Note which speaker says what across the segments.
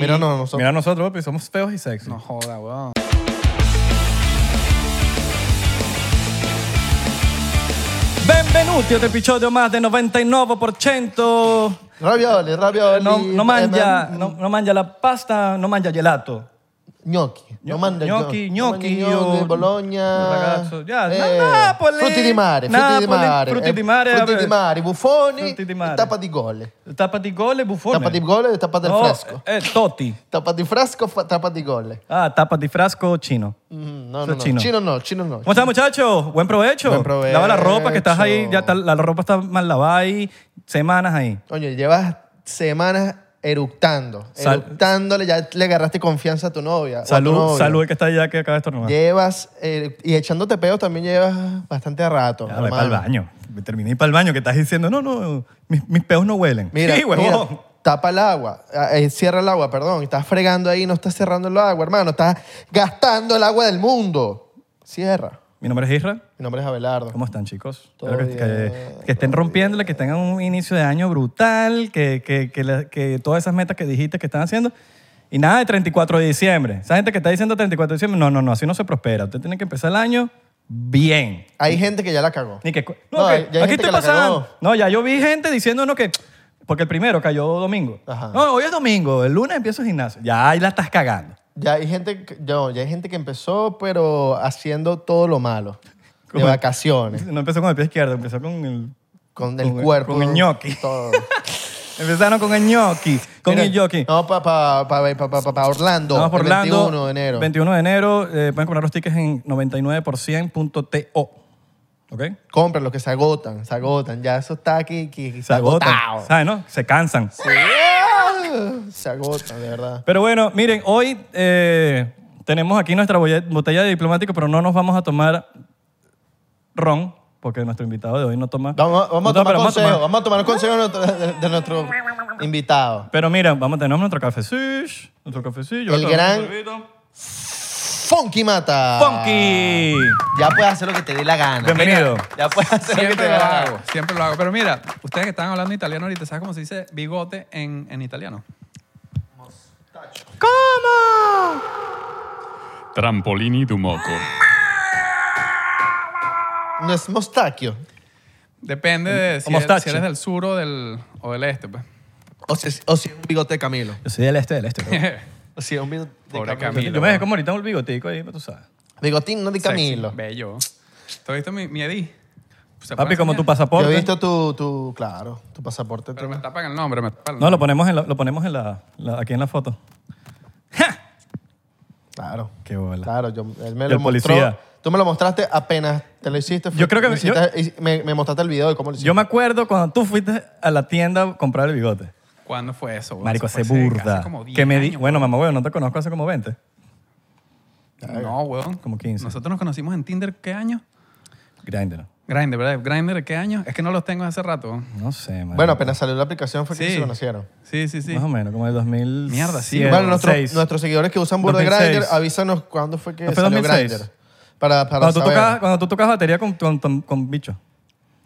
Speaker 1: Mira, no, nosotros.
Speaker 2: Mira nosotros, papi, somos feos y sexy.
Speaker 1: No joda, weón.
Speaker 2: Benvenuti a otro episodio más de 99%.
Speaker 3: Ravioli, ravioli.
Speaker 2: No, no mangia,
Speaker 3: ehm,
Speaker 2: no, no mangia la pasta, no mangia gelato.
Speaker 3: Gnocchi.
Speaker 2: Gno-
Speaker 3: Non mangia
Speaker 2: gnocchi,
Speaker 3: non
Speaker 2: gnocchi,
Speaker 3: mangia gnocchi,
Speaker 2: io-
Speaker 3: Bologna. eh,
Speaker 2: ragazzo, già, na- Napoli,
Speaker 3: Frutti di mare, frutti di
Speaker 2: Napoli,
Speaker 3: mare.
Speaker 2: frutti
Speaker 3: eh,
Speaker 2: di mare,
Speaker 3: Frutti
Speaker 2: vabbè.
Speaker 3: di mare, buffoni.
Speaker 2: Frutti di mare.
Speaker 3: e Tappa di gol.
Speaker 2: Tapa di gol e bufone.
Speaker 3: Tappa di gol e tappa del
Speaker 2: No,
Speaker 3: fresco.
Speaker 2: Eh, Totti.
Speaker 3: Tappa di fresco, fa- tappa di gol.
Speaker 2: Ah, tapa di frasco chino.
Speaker 3: Mm, no,
Speaker 2: Eso
Speaker 3: no,
Speaker 2: es
Speaker 3: no.
Speaker 2: chino.
Speaker 3: Chino no, chino no.
Speaker 2: ¿Cómo estás, muchachos? Buen provecho.
Speaker 3: Buen provecho.
Speaker 2: Lava la ropa que estás ahí, ya está- la ropa está mal lavada ahí, semanas ahí.
Speaker 3: Coño, llevas semanas eructando.
Speaker 2: Sal-
Speaker 3: eructándole, ya le agarraste confianza a tu novia. o a tu
Speaker 2: Salud,
Speaker 3: novio.
Speaker 2: salud el que está allá que acaba de estornudar.
Speaker 3: Llevas, eh, y echándote peos también llevas bastante rato.
Speaker 2: Ya, voy para el
Speaker 3: hermano.
Speaker 2: baño. Me terminé de ir para el baño que estás diciendo, no, no, mis, mis peos no huelen.
Speaker 3: Mira,
Speaker 2: sí, huevón.
Speaker 3: mira, tapa el agua, ah, eh, cierra el agua, perdón. Estás fregando ahí, no estás cerrando el agua, hermano. Estás gastando el agua del mundo. Cierra.
Speaker 2: Mi nombre es Isra.
Speaker 3: Mi nombre es Abelardo.
Speaker 2: ¿Cómo están, chicos?
Speaker 3: Todo
Speaker 2: Espero que, que-
Speaker 3: bien,
Speaker 2: que estén rompiéndole, que tengan un inicio de año brutal, que, que- que la- que todas esas metas que dijiste que están haciendo. Y nada de 34 de diciembre. Esa gente que está diciendo 34 de diciembre, no, no, no, así no se prospera. Usted tiene que empezar el año bien.
Speaker 3: Hay gente que ya la cagó.
Speaker 2: Ni que, cu- no,
Speaker 3: No,
Speaker 2: que-
Speaker 3: hay- ya hay
Speaker 2: aquí
Speaker 3: gente
Speaker 2: estoy
Speaker 3: que la
Speaker 2: pasando.
Speaker 3: cagó.
Speaker 2: No, ya yo vi gente diciéndonos que. Porque el primero cayó domingo.
Speaker 3: Ajá.
Speaker 2: No, hoy es domingo, el lunes empiezo el gimnasio. Ya ahí la estás cagando.
Speaker 3: Ya hay gente, que- no, ya hay gente que empezó, pero haciendo todo lo malo. De
Speaker 2: ¿Cómo?
Speaker 3: vacaciones.
Speaker 2: No empezó con el pie izquierdo, empezó con el.
Speaker 3: Con el
Speaker 2: Con el-
Speaker 3: cuerpo.
Speaker 2: con el ñoqui.
Speaker 3: Todo.
Speaker 2: Empezaron ah, con el ñoqui,
Speaker 3: Mira,
Speaker 2: con el yoki.
Speaker 3: No, para pa, pa, pa, pa, pa Orlando.
Speaker 2: Vamos por
Speaker 3: el
Speaker 2: Orlando.
Speaker 3: 21 de enero.
Speaker 2: 21 de enero. eh, pueden comprar los tickets en 99%.to. ¿Ok?
Speaker 3: Compran los que se agotan, se agotan. Ya eso está aquí, que- que
Speaker 2: Se agotan.
Speaker 3: agotado.
Speaker 2: ¿Sabes, no? Se cansan.
Speaker 3: Se agotan, de verdad.
Speaker 2: Pero bueno, miren, hoy eh, tenemos aquí nuestra bolle- botella de diplomático, pero no nos vamos a tomar ron, porque nuestro invitado de hoy no toma.
Speaker 3: Vamos,
Speaker 2: no
Speaker 3: vamos, a
Speaker 2: toma,
Speaker 3: tomar
Speaker 2: pero
Speaker 3: consejo, vamos a tomar un consejo de nuestro, de- de nuestro invitado.
Speaker 2: Pero mira, vamos a tener nuestro cafecillo, nuestro cafecillo.
Speaker 3: El
Speaker 2: voy a tomar un
Speaker 3: gran-
Speaker 2: sorbito.
Speaker 3: Funky Mata.
Speaker 2: ¡Funky!
Speaker 3: Ya puedes hacer lo que te dé la gana.
Speaker 2: Bienvenido.
Speaker 3: Ya puedes hacer lo que te
Speaker 1: Siempre
Speaker 3: dé
Speaker 1: lo
Speaker 3: la gana.
Speaker 1: hago, siempre lo hago. Pero mira, ustedes que están hablando italiano ahorita, ¿sabes cómo se dice bigote en, en italiano?
Speaker 4: Trampolini du moco.
Speaker 3: No es mostaquio.
Speaker 1: Depende de si,
Speaker 2: Como
Speaker 1: eres-
Speaker 2: mostacho.
Speaker 1: si eres del sur o del, o del este. Pues.
Speaker 3: O si, o si es un bigote de Camilo.
Speaker 2: Yo soy del este, del este. pero-
Speaker 3: O si es un bigote de
Speaker 1: Pobre
Speaker 3: Camilo.
Speaker 1: Camilo.
Speaker 2: Yo me dejé como ahorita un bigotico ahí, pero tú sabes.
Speaker 3: Bigotín, no de Camilo.
Speaker 1: Sexy, bello. ¿Tú has visto mi, mi ID? ¿Se puede
Speaker 2: Papi, como tu
Speaker 1: enseñar?
Speaker 2: pasaporte.
Speaker 3: Yo he visto tu, tu claro, tu pasaporte.
Speaker 1: Pero
Speaker 3: tu-
Speaker 1: me tapan el nombre, me tapan el
Speaker 2: No,
Speaker 1: nombre.
Speaker 2: lo ponemos, en la- lo ponemos en la, la- aquí en la foto. ¡Ja!
Speaker 3: Claro.
Speaker 2: Qué bola.
Speaker 3: Claro, yo, él me
Speaker 2: El
Speaker 3: lo mostró.
Speaker 2: policía.
Speaker 3: Tú me lo mostraste apenas te lo hiciste.
Speaker 2: Yo creo que
Speaker 3: me,
Speaker 2: me- yo-
Speaker 3: hiciste- me, me mostraste el video de cómo lo hiciste.
Speaker 2: Yo me acuerdo cuando tú fuiste a la tienda a comprar el bigote.
Speaker 1: ¿Cuándo fue eso? weón?
Speaker 2: Marico,
Speaker 1: Eso fue
Speaker 2: hace
Speaker 1: hace-
Speaker 2: burda.
Speaker 1: hace como 10
Speaker 2: que me di-
Speaker 1: años,
Speaker 2: bueno, mamá, weón, no te conozco hace como 20.
Speaker 1: weón. No, weón.
Speaker 2: Como 15.
Speaker 1: Nosotros nos conocimos en Tinder, ¿qué año?
Speaker 2: Grindr.
Speaker 1: Grindr, ¿verdad? Grindr, ¿qué año? Es que no los tengo hace rato. weón.
Speaker 2: No sé, man.
Speaker 3: Bueno, apenas salió la aplicación fue que
Speaker 1: Sí.
Speaker 3: se conocieron.
Speaker 1: Sí, sí, sí.
Speaker 2: Más o menos, como el 2000.
Speaker 1: Mierda, sí.
Speaker 3: Bueno, nuestros- nuestros seguidores que usan burda de
Speaker 2: 2006.
Speaker 3: Grindr, avísanos cuándo fue que
Speaker 2: No, fue
Speaker 3: salió
Speaker 2: 2006.
Speaker 3: Grindr. Para, para
Speaker 2: cuando, tú
Speaker 3: saber.
Speaker 2: tocas, cuando tú tocas batería con, con, con- con bichos.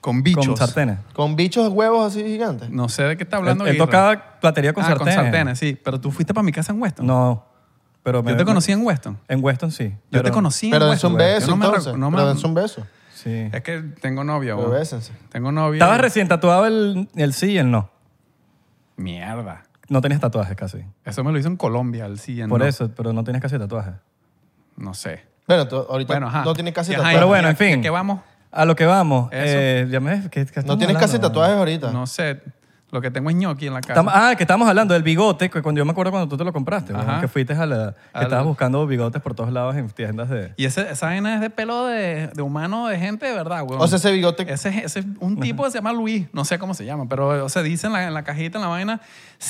Speaker 1: Con bichos.
Speaker 2: Con sartenes.
Speaker 3: Con bichos huevos así gigantes.
Speaker 1: No sé de qué está
Speaker 2: Él,
Speaker 1: hablando.
Speaker 2: él
Speaker 1: Guirra.
Speaker 2: tocaba batería con
Speaker 1: ah,
Speaker 2: sartenes.
Speaker 1: con sartenes, sí. Pero tú fuiste para mi casa en Weston.
Speaker 2: No. Pero me-
Speaker 1: Yo te conocí en Weston.
Speaker 2: En Weston, sí.
Speaker 1: Yo
Speaker 2: pero-
Speaker 1: te conocí en
Speaker 3: Pero dense
Speaker 1: Weston.
Speaker 3: un
Speaker 1: güey.
Speaker 3: beso,
Speaker 1: Yo no me
Speaker 3: entonces.
Speaker 1: recu- no me-
Speaker 3: Pero dense un beso.
Speaker 2: Sí.
Speaker 1: Es que tengo novia,
Speaker 3: Pero
Speaker 1: güey.
Speaker 3: bésense.
Speaker 1: Tengo novia.
Speaker 2: Estabas recién tatuado el, el sí y el no.
Speaker 1: Mierda.
Speaker 2: No tenías tatuajes casi.
Speaker 1: Eso me lo hizo en Colombia, el siguiente.
Speaker 2: Por eso, pero no tenías casi tatuajes.
Speaker 1: No sé.
Speaker 3: Bueno, tú ahorita
Speaker 1: Bueno, ajá.
Speaker 3: no tienes casi
Speaker 1: Y ajá,
Speaker 3: tatuajes.
Speaker 2: Pero bueno,
Speaker 1: ¿y a-
Speaker 2: en fin.
Speaker 1: ¿a ¿Qué vamos?
Speaker 2: A lo que vamos.
Speaker 1: Eso.
Speaker 2: eh, ya me- ¿qué- qué
Speaker 3: no
Speaker 2: estamos
Speaker 3: tienes casi
Speaker 2: hablando?
Speaker 3: tatuajes ahorita.
Speaker 1: No sé. Lo que tengo es ñoqui en la casa.
Speaker 2: Estamos- ah, que estábamos hablando del bigote, que cuando yo me acuerdo cuando tú te lo compraste,
Speaker 1: Ajá.
Speaker 2: weón, que fuiste a la... que
Speaker 1: Al-
Speaker 2: estabas buscando bigotes por todos lados en tiendas de...
Speaker 1: Y ese, esa vaina es de pelo de, de humano, de gente, de verdad, güey.
Speaker 3: O sea, ese bigote-
Speaker 1: Ese, es- ese es un tipo que se llama Luis. No sé cómo se llama, pero o sea, dice en la, en la cajita, en la vaina,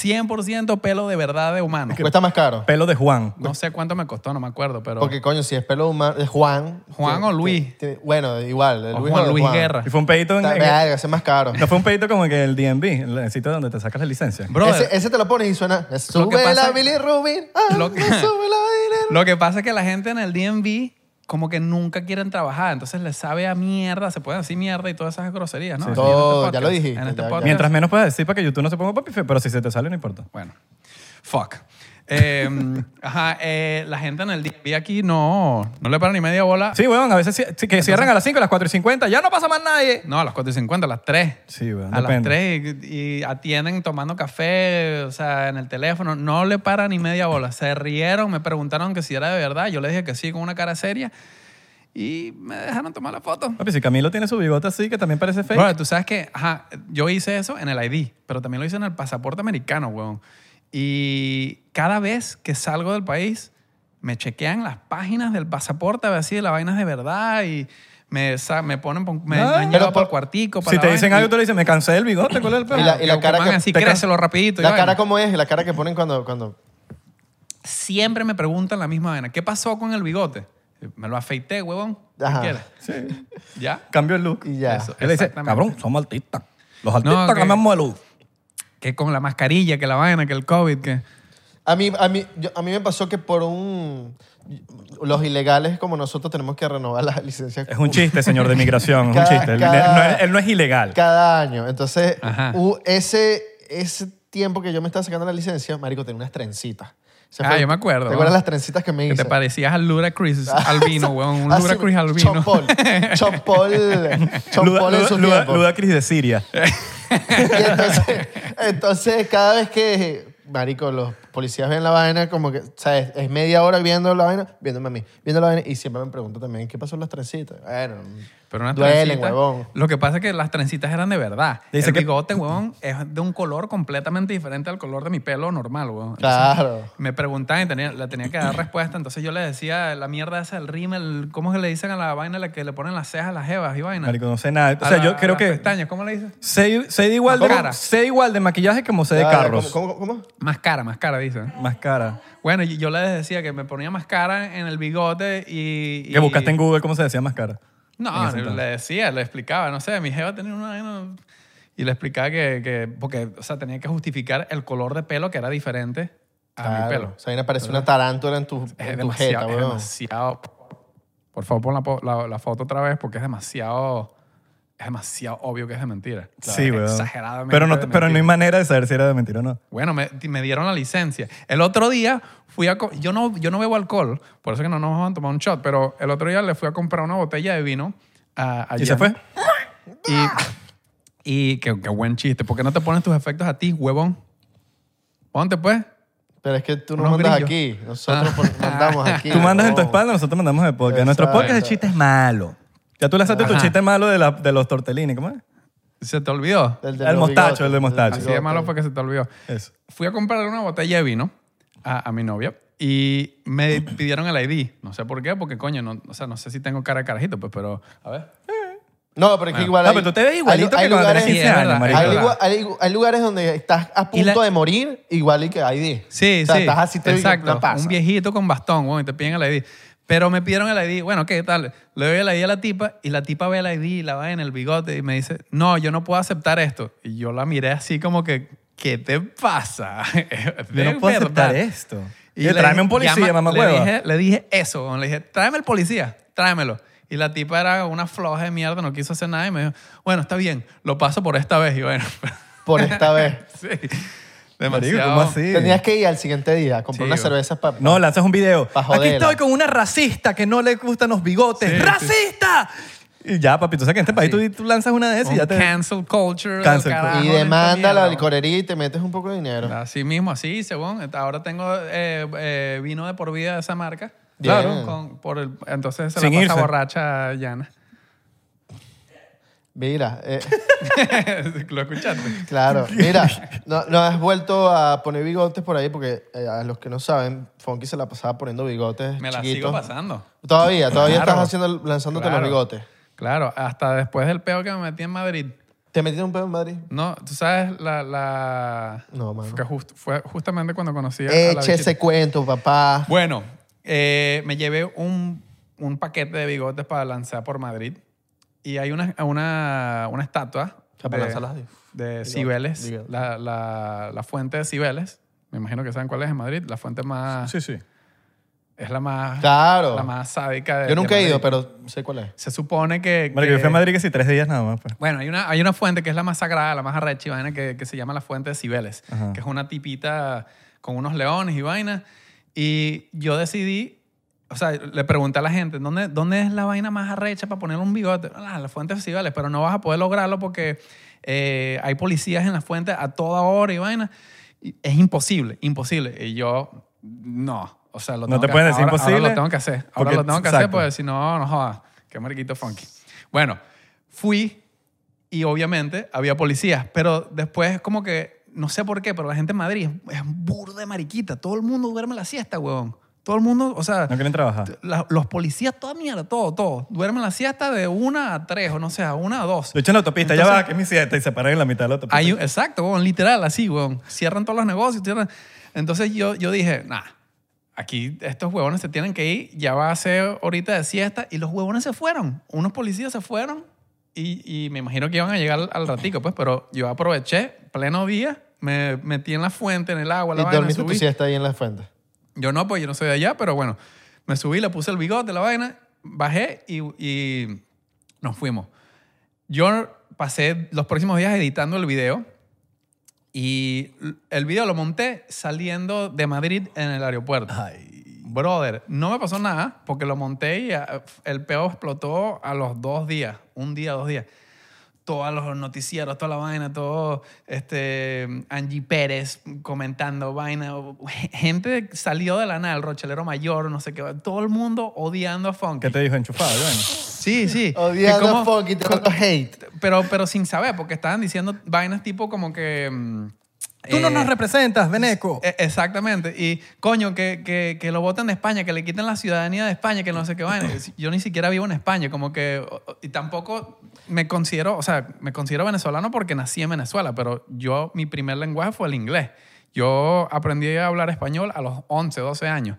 Speaker 1: 100% pelo de verdad de humano.
Speaker 3: Cuesta más caro.
Speaker 2: Pelo de Juan.
Speaker 1: No sé cuánto me costó, no me acuerdo, pero...
Speaker 3: Porque coño, si es pelo humano, es Juan.
Speaker 1: Juan
Speaker 3: Tiene-
Speaker 1: o Luis.
Speaker 3: tiene- Bueno, igual. el
Speaker 1: O
Speaker 3: Luis
Speaker 1: Juan
Speaker 3: o el
Speaker 1: Luis
Speaker 3: Juan.
Speaker 1: Guerra.
Speaker 2: Y fue un pedito en-
Speaker 3: Está-
Speaker 2: en-
Speaker 3: verga, ese es más caro.
Speaker 2: No fue un pedito como en el DMV, en el sitio donde te sacas la licencia.
Speaker 1: Brother,
Speaker 3: Ese, ese te lo pones y suena. me Sube
Speaker 1: pasa-
Speaker 3: la Billy Rubin. Ah,
Speaker 1: Lo
Speaker 3: lo
Speaker 1: que-
Speaker 3: que... Sube la Billy
Speaker 1: Lo que pasa es que la gente en el DMV como que nunca quieren trabajar, entonces les sabe a mierda, se pueden decir mierda y todas esas groserías, ¿no? Aquí en este
Speaker 3: Todo,
Speaker 1: podcast,
Speaker 3: ya lo dijiste,
Speaker 1: En este
Speaker 3: ya, ya.
Speaker 1: podcast.
Speaker 2: Mientras menos puedas decir para que YouTube no se ponga papi, fe- pero si se te sale no importa.
Speaker 1: Bueno, fuck. Eh, ajá, eh, la gente en el día aquí no, no le para ni media bola.
Speaker 2: Sí, weón, a veces sí- sí, que cierran a las 5, a las 4 y 50, ya no pasa más nadie.
Speaker 1: No, a las 4 y 50, a las 3.
Speaker 2: Sí, weón,
Speaker 1: A las
Speaker 2: depende.
Speaker 1: 3 y, y atienden tomando café, o sea, en el teléfono. No le para ni media bola. Se rieron, me preguntaron que si era de verdad. Yo les dije que sí, con una cara seria. Y me dejaron tomar la foto.
Speaker 2: Papi, si Camilo tiene su bigote así, que también parece fake.
Speaker 1: Bro, tú sabes que, ajá, yo hice eso en el ID, pero también lo hice en el pasaporte americano, weón. Y cada vez que salgo del país, me chequean las páginas del pasaporte, a ver si la vaina es de verdad y me, sa- me ponen, por- me
Speaker 2: Ah,
Speaker 1: han
Speaker 3: pero
Speaker 1: llevado por el
Speaker 3: por-
Speaker 1: cuartico. para
Speaker 2: si
Speaker 1: la
Speaker 2: te
Speaker 1: vaina.
Speaker 2: dicen algo, tú le dices, me cansé el bigote, ¿cuál es el
Speaker 1: Claro,
Speaker 2: pedo?
Speaker 3: Y la- cara
Speaker 1: ocupan
Speaker 3: que-
Speaker 1: así,
Speaker 2: te ca-
Speaker 1: crécelo rapidito. y
Speaker 3: La
Speaker 1: vaina.
Speaker 3: cara cómo es, la cara que ponen cuando... cuando...
Speaker 1: Siempre me preguntan la misma vaina. ¿Qué pasó con el bigote? Me lo afeité, huevón. ¿Qué
Speaker 3: Ajá.
Speaker 1: quieres? ¿Ya?
Speaker 2: Cambio el look.
Speaker 3: Y ya.
Speaker 1: Eso.
Speaker 2: Él le dice,
Speaker 1: Exactamente.
Speaker 2: cabrón, somos artistas. Los artistas
Speaker 1: que-
Speaker 2: cambiamos de look.
Speaker 1: Que con la mascarilla, que la vaina, que el COVID, que...
Speaker 3: A mí, a, mí, yo- a mí me pasó que por un... Los ilegales como nosotros tenemos que renovar las licencias.
Speaker 2: Es un chiste, señor de migración. es un
Speaker 3: Cada-
Speaker 2: chiste. Él-
Speaker 3: cada-
Speaker 2: no es- él no es ilegal.
Speaker 3: Cada año. Entonces,
Speaker 1: Ajá.
Speaker 3: hubo ese, ese tiempo que yo me estaba sacando la licencia, marico, tenía unas trencitas. Se
Speaker 1: Ah,
Speaker 3: fue-
Speaker 1: yo me acuerdo.
Speaker 3: ¿Te acuerdas
Speaker 1: ¿no?
Speaker 3: las trencitas que me hice?
Speaker 1: Que te parecías al Ludacris
Speaker 3: Ah,
Speaker 1: albino, weón. Un
Speaker 3: Así,
Speaker 1: Ludacris albino.
Speaker 3: Chompol. Chompol.
Speaker 2: Luda-
Speaker 3: Chompol en
Speaker 2: Luda-
Speaker 3: su
Speaker 2: Luda-
Speaker 3: tiempo.
Speaker 2: Ludacris de Siria.
Speaker 3: Y entonces, entonces, cada vez que, marico, los policías ven la vaina, como que, ¿sabes? Es media hora viendo la vaina, viéndome a mí, viendo la vaina, y siempre me pregunto también, ¿qué pasó en las trencitas? Bueno,
Speaker 1: Pero unas
Speaker 3: duelen,
Speaker 1: trencitas-
Speaker 3: huevón.
Speaker 1: Lo que pasa es que las trencitas eran de verdad.
Speaker 2: Dice
Speaker 1: el
Speaker 2: que-
Speaker 1: bigote, huevón, es de un color completamente diferente al color de mi pelo normal, huevón. Entonces,
Speaker 3: Claro.
Speaker 1: me preguntaban y tenía, le tenía que dar respuesta. Entonces yo le decía la mierda esa del rímel. ¿Cómo es que le dicen a la vaina la que le ponen las cejas, las jevas y vaina?
Speaker 2: Marico, no sé nada. O
Speaker 1: A
Speaker 2: sea,
Speaker 1: la-
Speaker 2: yo creo
Speaker 1: las
Speaker 2: que
Speaker 1: pestañas, ¿cómo le dices?
Speaker 2: sé, sé de igual
Speaker 1: Más
Speaker 2: de,
Speaker 1: cara.
Speaker 2: sé de igual de maquillaje como sé de
Speaker 3: Ya, ya,
Speaker 2: carros.
Speaker 3: ¿Cómo? cómo, cómo?
Speaker 1: Más cara, más cara, dicen.
Speaker 2: Más cara.
Speaker 1: Bueno, y yo les decía que me ponía más cara en el bigote y... y-
Speaker 2: Que buscaste en Google cómo se decía más cara.
Speaker 1: No, le decía, le explicaba, no sé, mi jeva tenía una vaina y le explicaba que, que- porque, o sea, tenía que justificar el color de pelo que era diferente a mi
Speaker 3: Claro.
Speaker 1: pelo.
Speaker 3: O sea, ahí me apareció una tarántula en tu,
Speaker 1: Es
Speaker 3: en tu
Speaker 1: demasiado,
Speaker 3: jeta,
Speaker 1: es
Speaker 3: weón.
Speaker 1: demasiado. Por favor, pon la, po- la- la foto otra vez porque es demasiado, es demasiado obvio que es de mentira.
Speaker 2: sí, weón.
Speaker 1: Exageradamente.
Speaker 2: Pero no,
Speaker 1: de
Speaker 2: pero no hay
Speaker 1: mentira.
Speaker 2: manera de saber si era de mentira o no.
Speaker 1: Bueno, me, me dieron la licencia. El otro día fui a... co- Yo no, yo no bebo alcohol, por eso que no nos vamos a tomar un shot, pero el otro día le fui a comprar una botella de vino a, a
Speaker 2: ¿Y se
Speaker 1: Jan.
Speaker 2: fue?
Speaker 1: Y, y qué, qué buen chiste. ¿Por qué no te pones tus efectos a ti, huevón? Ponte, pues.
Speaker 3: Pero es que tú nos
Speaker 1: Unos
Speaker 3: mandas
Speaker 1: grillos.
Speaker 3: aquí. Nosotros pon- mandamos aquí.
Speaker 2: Ah. Tú mandas en tu
Speaker 3: huevón.
Speaker 2: espalda, nosotros mandamos de podcast. Nuestro
Speaker 3: Exacto.
Speaker 2: podcast el chiste es malo. Ya tú lanzaste tu
Speaker 1: Ajá.
Speaker 2: chiste malo de, la- de los tortellini, ¿cómo es?
Speaker 1: Se te olvidó.
Speaker 3: El,
Speaker 2: El
Speaker 3: los
Speaker 2: mostacho,
Speaker 3: bigotes,
Speaker 2: el de
Speaker 3: del
Speaker 2: mostacho.
Speaker 1: Así de
Speaker 3: bigote.
Speaker 1: malo fue que se te olvidó.
Speaker 2: Eso.
Speaker 1: Fui a comprar una botella de vino a, a mi novia y me pidieron el ID. No sé por qué, porque coño, no, o sea, no sé si tengo cara de carajito, pues, pero a ver.
Speaker 3: No, pero es que igual
Speaker 2: No,
Speaker 3: hay-
Speaker 2: pero tú te ves igualito
Speaker 3: hay,
Speaker 2: que cuando
Speaker 3: lugares,
Speaker 2: tenías 15
Speaker 1: Sí, es
Speaker 2: años,
Speaker 1: verdad,
Speaker 2: marico.
Speaker 1: es
Speaker 3: hay,
Speaker 1: verdad.
Speaker 3: igua- hay igu- hay lugares donde estás a
Speaker 1: Y la-
Speaker 3: punto de morir igual y que hay ID.
Speaker 1: Sí,
Speaker 3: o sea,
Speaker 1: sí.
Speaker 3: Estás así, te
Speaker 1: Exacto.
Speaker 3: no pasa.
Speaker 1: Un viejito con bastón, bueno, y te piden el ID. Pero me pidieron el ID. Bueno, ¿qué tal? Le doy el ID a la tipa y la tipa ve el ID y la va en el bigote y me dice, no, yo no puedo aceptar esto. Y yo la miré así como que, ¿qué te pasa?
Speaker 2: Yo no puedo aceptar esto. Y
Speaker 1: le
Speaker 2: tráeme
Speaker 1: dije-
Speaker 2: un policía,
Speaker 1: llama-
Speaker 2: mamá
Speaker 1: le
Speaker 2: hueva.
Speaker 1: dije, le dije eso, weón. le dije, tráeme el policía, tráemelo. Y la tipa era una floja de mierda, no quiso hacer nada y me dijo, bueno, está bien, lo paso por esta vez. Y bueno,
Speaker 3: Por esta vez.
Speaker 1: sí.
Speaker 2: Marico,
Speaker 1: Demasiado.
Speaker 2: ¿cómo así?
Speaker 3: Tenías que ir al siguiente día a comprar
Speaker 1: Sí,
Speaker 3: unas
Speaker 1: güey.
Speaker 3: cervezas para...
Speaker 2: No, lanzas un video.
Speaker 3: Pa' joderla.
Speaker 2: Aquí estoy con una racista que no le gustan los bigotes. ¡Racista! Y ya, papito, o sea que en este país tú, tú lanzas una de esas y
Speaker 1: Un
Speaker 2: ya te...
Speaker 1: cancel culture. del
Speaker 2: Cancel
Speaker 1: carajo
Speaker 2: culture.
Speaker 3: y
Speaker 1: de esta
Speaker 3: demanda la
Speaker 1: mierda.
Speaker 3: licorería y te metes un poco de dinero.
Speaker 1: Así mismo, así, según. Ahora tengo eh, eh, vino de por vida de esa marca.
Speaker 3: Bien.
Speaker 1: Claro. Con- por el- entonces se
Speaker 2: Sin
Speaker 1: la pasa
Speaker 2: irse.
Speaker 1: borracha Yana.
Speaker 3: Mira, eh,
Speaker 1: ¿Lo escuchaste?
Speaker 3: claro. Mira, no, no has vuelto a poner bigotes por ahí porque eh, a los que no saben, Funky se la pasaba poniendo bigotes
Speaker 1: Me la
Speaker 3: chiquitos.
Speaker 1: sigo pasando.
Speaker 3: Todavía, todavía
Speaker 1: Claro.
Speaker 3: estás haciendo, lanzándote
Speaker 1: Claro.
Speaker 3: los bigotes.
Speaker 1: Claro, hasta después del peo que me metí en Madrid.
Speaker 3: ¿Te metiste un pedo en Madrid?
Speaker 1: No, tú sabes la... la-
Speaker 3: No, mano.
Speaker 1: Que just- fue justamente cuando conocí a la
Speaker 3: Eche
Speaker 1: bichita.
Speaker 3: ese cuento, papá.
Speaker 1: Bueno, eh, me llevé un, un paquete de bigotes para lanzar por Madrid y hay una, una, una estatua
Speaker 3: O sea, para
Speaker 2: eh,
Speaker 3: lanzar las di-
Speaker 1: de Cibeles,
Speaker 3: bigotes.
Speaker 1: la, la, la fuente de Cibeles. Me imagino que saben cuál es en Madrid. La fuente más...
Speaker 2: Sí, sí.
Speaker 1: Es la más...
Speaker 3: Claro.
Speaker 1: La más sádica de
Speaker 3: Yo nunca
Speaker 1: de
Speaker 3: he ido,
Speaker 1: Madrid.
Speaker 3: pero sé cuál es.
Speaker 1: Se supone que...
Speaker 2: Marico, yo
Speaker 1: que-
Speaker 2: fui a Madrid que sí, tres días nada más. pues.
Speaker 1: bueno, hay una, hay una fuente que es la más sagrada, la más arrecha, y vaina, que, que se llama la fuente de Cibeles,
Speaker 2: Ajá.
Speaker 1: que es una tipita con unos leones y vainas. Y yo decidí, o sea, le pregunté a la gente, ¿dónde, dónde es la vaina más arrecha para poner un bigote? Ah, las fuentes festivales, pero no vas a poder lograrlo porque eh, hay policías en las fuentes a toda hora y vaina. Y es imposible, imposible. Y yo, no. O sea,
Speaker 2: No
Speaker 1: lo tengo
Speaker 2: te
Speaker 1: que-
Speaker 2: pueden decir
Speaker 1: ahora- ahora
Speaker 2: imposible,
Speaker 1: lo tengo que hacer. Ahora
Speaker 2: porque-
Speaker 1: lo tengo que hacer
Speaker 2: exacto.
Speaker 1: porque si no, no jodas. Qué mariquito funky. Bueno, fui y obviamente había policías, pero después como que, no sé por qué, pero la gente en Madrid es, es burda de mariquita. Todo el mundo duerme la siesta, huevón. Todo el mundo, o sea,
Speaker 2: No quieren trabajar.
Speaker 1: la- los policías, toda mierda, todo, todo. Duermen la siesta de una a tres, o no sé, a una a dos.
Speaker 2: Lo echan en la autopista, ya
Speaker 1: Entonces-
Speaker 2: va, que es mi siete, y se paran en la mitad de la autopista.
Speaker 1: Hay un- exacto, weón, literal, así, weón. Cierran todos los negocios. cierran- Entonces yo, yo dije, nah, aquí estos huevones se tienen que ir, ya va a ser ahorita de siesta. Y los huevones se fueron. Unos policías se fueron y, y me imagino que iban a llegar al, al ratico, pues, pero yo aproveché, pleno día, me metí en la fuente, en el agua, la
Speaker 3: Y
Speaker 1: vaina,
Speaker 3: dormiste tu
Speaker 1: subí.
Speaker 3: siesta ahí en la fuente.
Speaker 1: Yo no, pues yo no soy de allá, pero bueno, me subí, le puse el bigote, la vaina, bajé y, y nos fuimos. Yo pasé los próximos días editando el video y el video lo monté saliendo de Madrid en el aeropuerto. Brother, no me pasó nada porque lo monté y ah, el peo explotó a los dos días, un día, dos días todos los noticieros, toda la vaina, todo este, Angie Pérez comentando vaina, gente salió de la nada, el Rochelero Mayor, no sé qué, todo el mundo odiando a Funky.
Speaker 2: ¿Qué te dijo enchufado? Bueno,
Speaker 1: Sí, sí. Que
Speaker 3: Odiando
Speaker 1: como-
Speaker 3: a Funky, te mando hate.
Speaker 1: Pero, pero sin saber, porque estaban diciendo vainas tipo como que... mm,
Speaker 2: Tú no
Speaker 1: eh,
Speaker 2: nos representas, Veneco.
Speaker 1: e- Exactamente. Y, coño, que, que, que lo voten de España, que le quiten la ciudadanía de España, que no sé qué vaina. Yo ni siquiera vivo en España, como que... o- o- Y tampoco me considero, o sea, me considero venezolano porque nací en Venezuela, pero yo, mi primer lenguaje fue el inglés. Yo aprendí a hablar español a los 11, 12 años.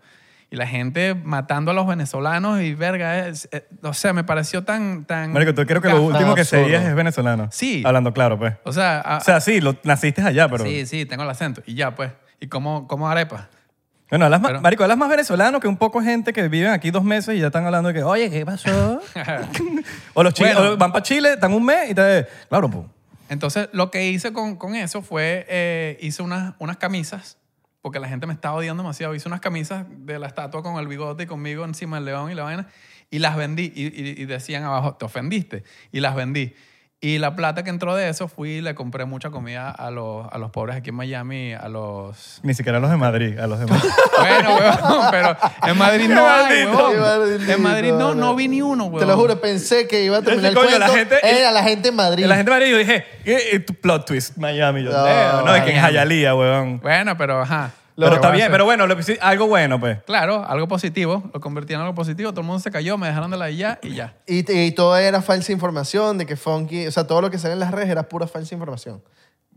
Speaker 1: Y la gente matando a los venezolanos y verga, es- eh, o sea, me pareció tan... tan
Speaker 2: Marico, tú creo que lo
Speaker 1: gafa.
Speaker 2: último que
Speaker 3: absurdo.
Speaker 2: serías es venezolano.
Speaker 1: Sí.
Speaker 2: Hablando claro, pues.
Speaker 1: O sea, a-
Speaker 2: O sea, sí, lo, naciste allá, pero...
Speaker 1: sí, sí, tengo el acento. Y ya, pues. ¿Y cómo, cómo arepa?
Speaker 2: Bueno, hablas más,
Speaker 1: Pero-
Speaker 2: marico, hablas más venezolano que un poco gente que viven aquí dos meses y ya están hablando de que, oye, ¿qué pasó? o los chiles,
Speaker 1: Bueno.
Speaker 2: o van para Chile, están un mes y te... Claro, pues.
Speaker 1: Entonces, lo que hice con, con eso fue, eh, hice unas, unas camisas, porque la gente me estaba odiando demasiado. Hice unas camisas de la estatua con el bigote y conmigo encima del león y la vaina, y las vendí. Y, y- y decían abajo, te ofendiste, y las vendí. Y la plata que entró de eso, fui y le compré mucha comida a los, a los pobres aquí en Miami, a los...
Speaker 2: Ni siquiera los de Madrid, a los demás.
Speaker 1: Bueno, huevón, pero en Madrid no hay,
Speaker 2: Qué
Speaker 1: huevón.
Speaker 3: maldito.
Speaker 1: En Madrid no, no vi ni uno, huevón.
Speaker 3: Te lo juro, pensé que iba a terminar el
Speaker 2: Coño, la
Speaker 3: cuento.
Speaker 2: gente-
Speaker 3: Era la gente en Madrid.
Speaker 2: la gente de Madrid, yo dije, ¿qué es tu plot twist? Miami, yo,
Speaker 3: No,
Speaker 2: no, no, es que en
Speaker 1: Miami.
Speaker 2: Hialeah, weón.
Speaker 1: Bueno, pero ajá.
Speaker 2: Pero está
Speaker 1: voy a
Speaker 2: bien,
Speaker 1: hacer.
Speaker 2: pero bueno, lo- sí, algo bueno, pues.
Speaker 1: Claro, algo positivo, lo convertí en algo positivo, todo el mundo se cayó, me dejaron de la ya y ya.
Speaker 3: Y, te- y todo era falsa información de que Funky, o sea, todo lo que sale en las redes era pura falsa información.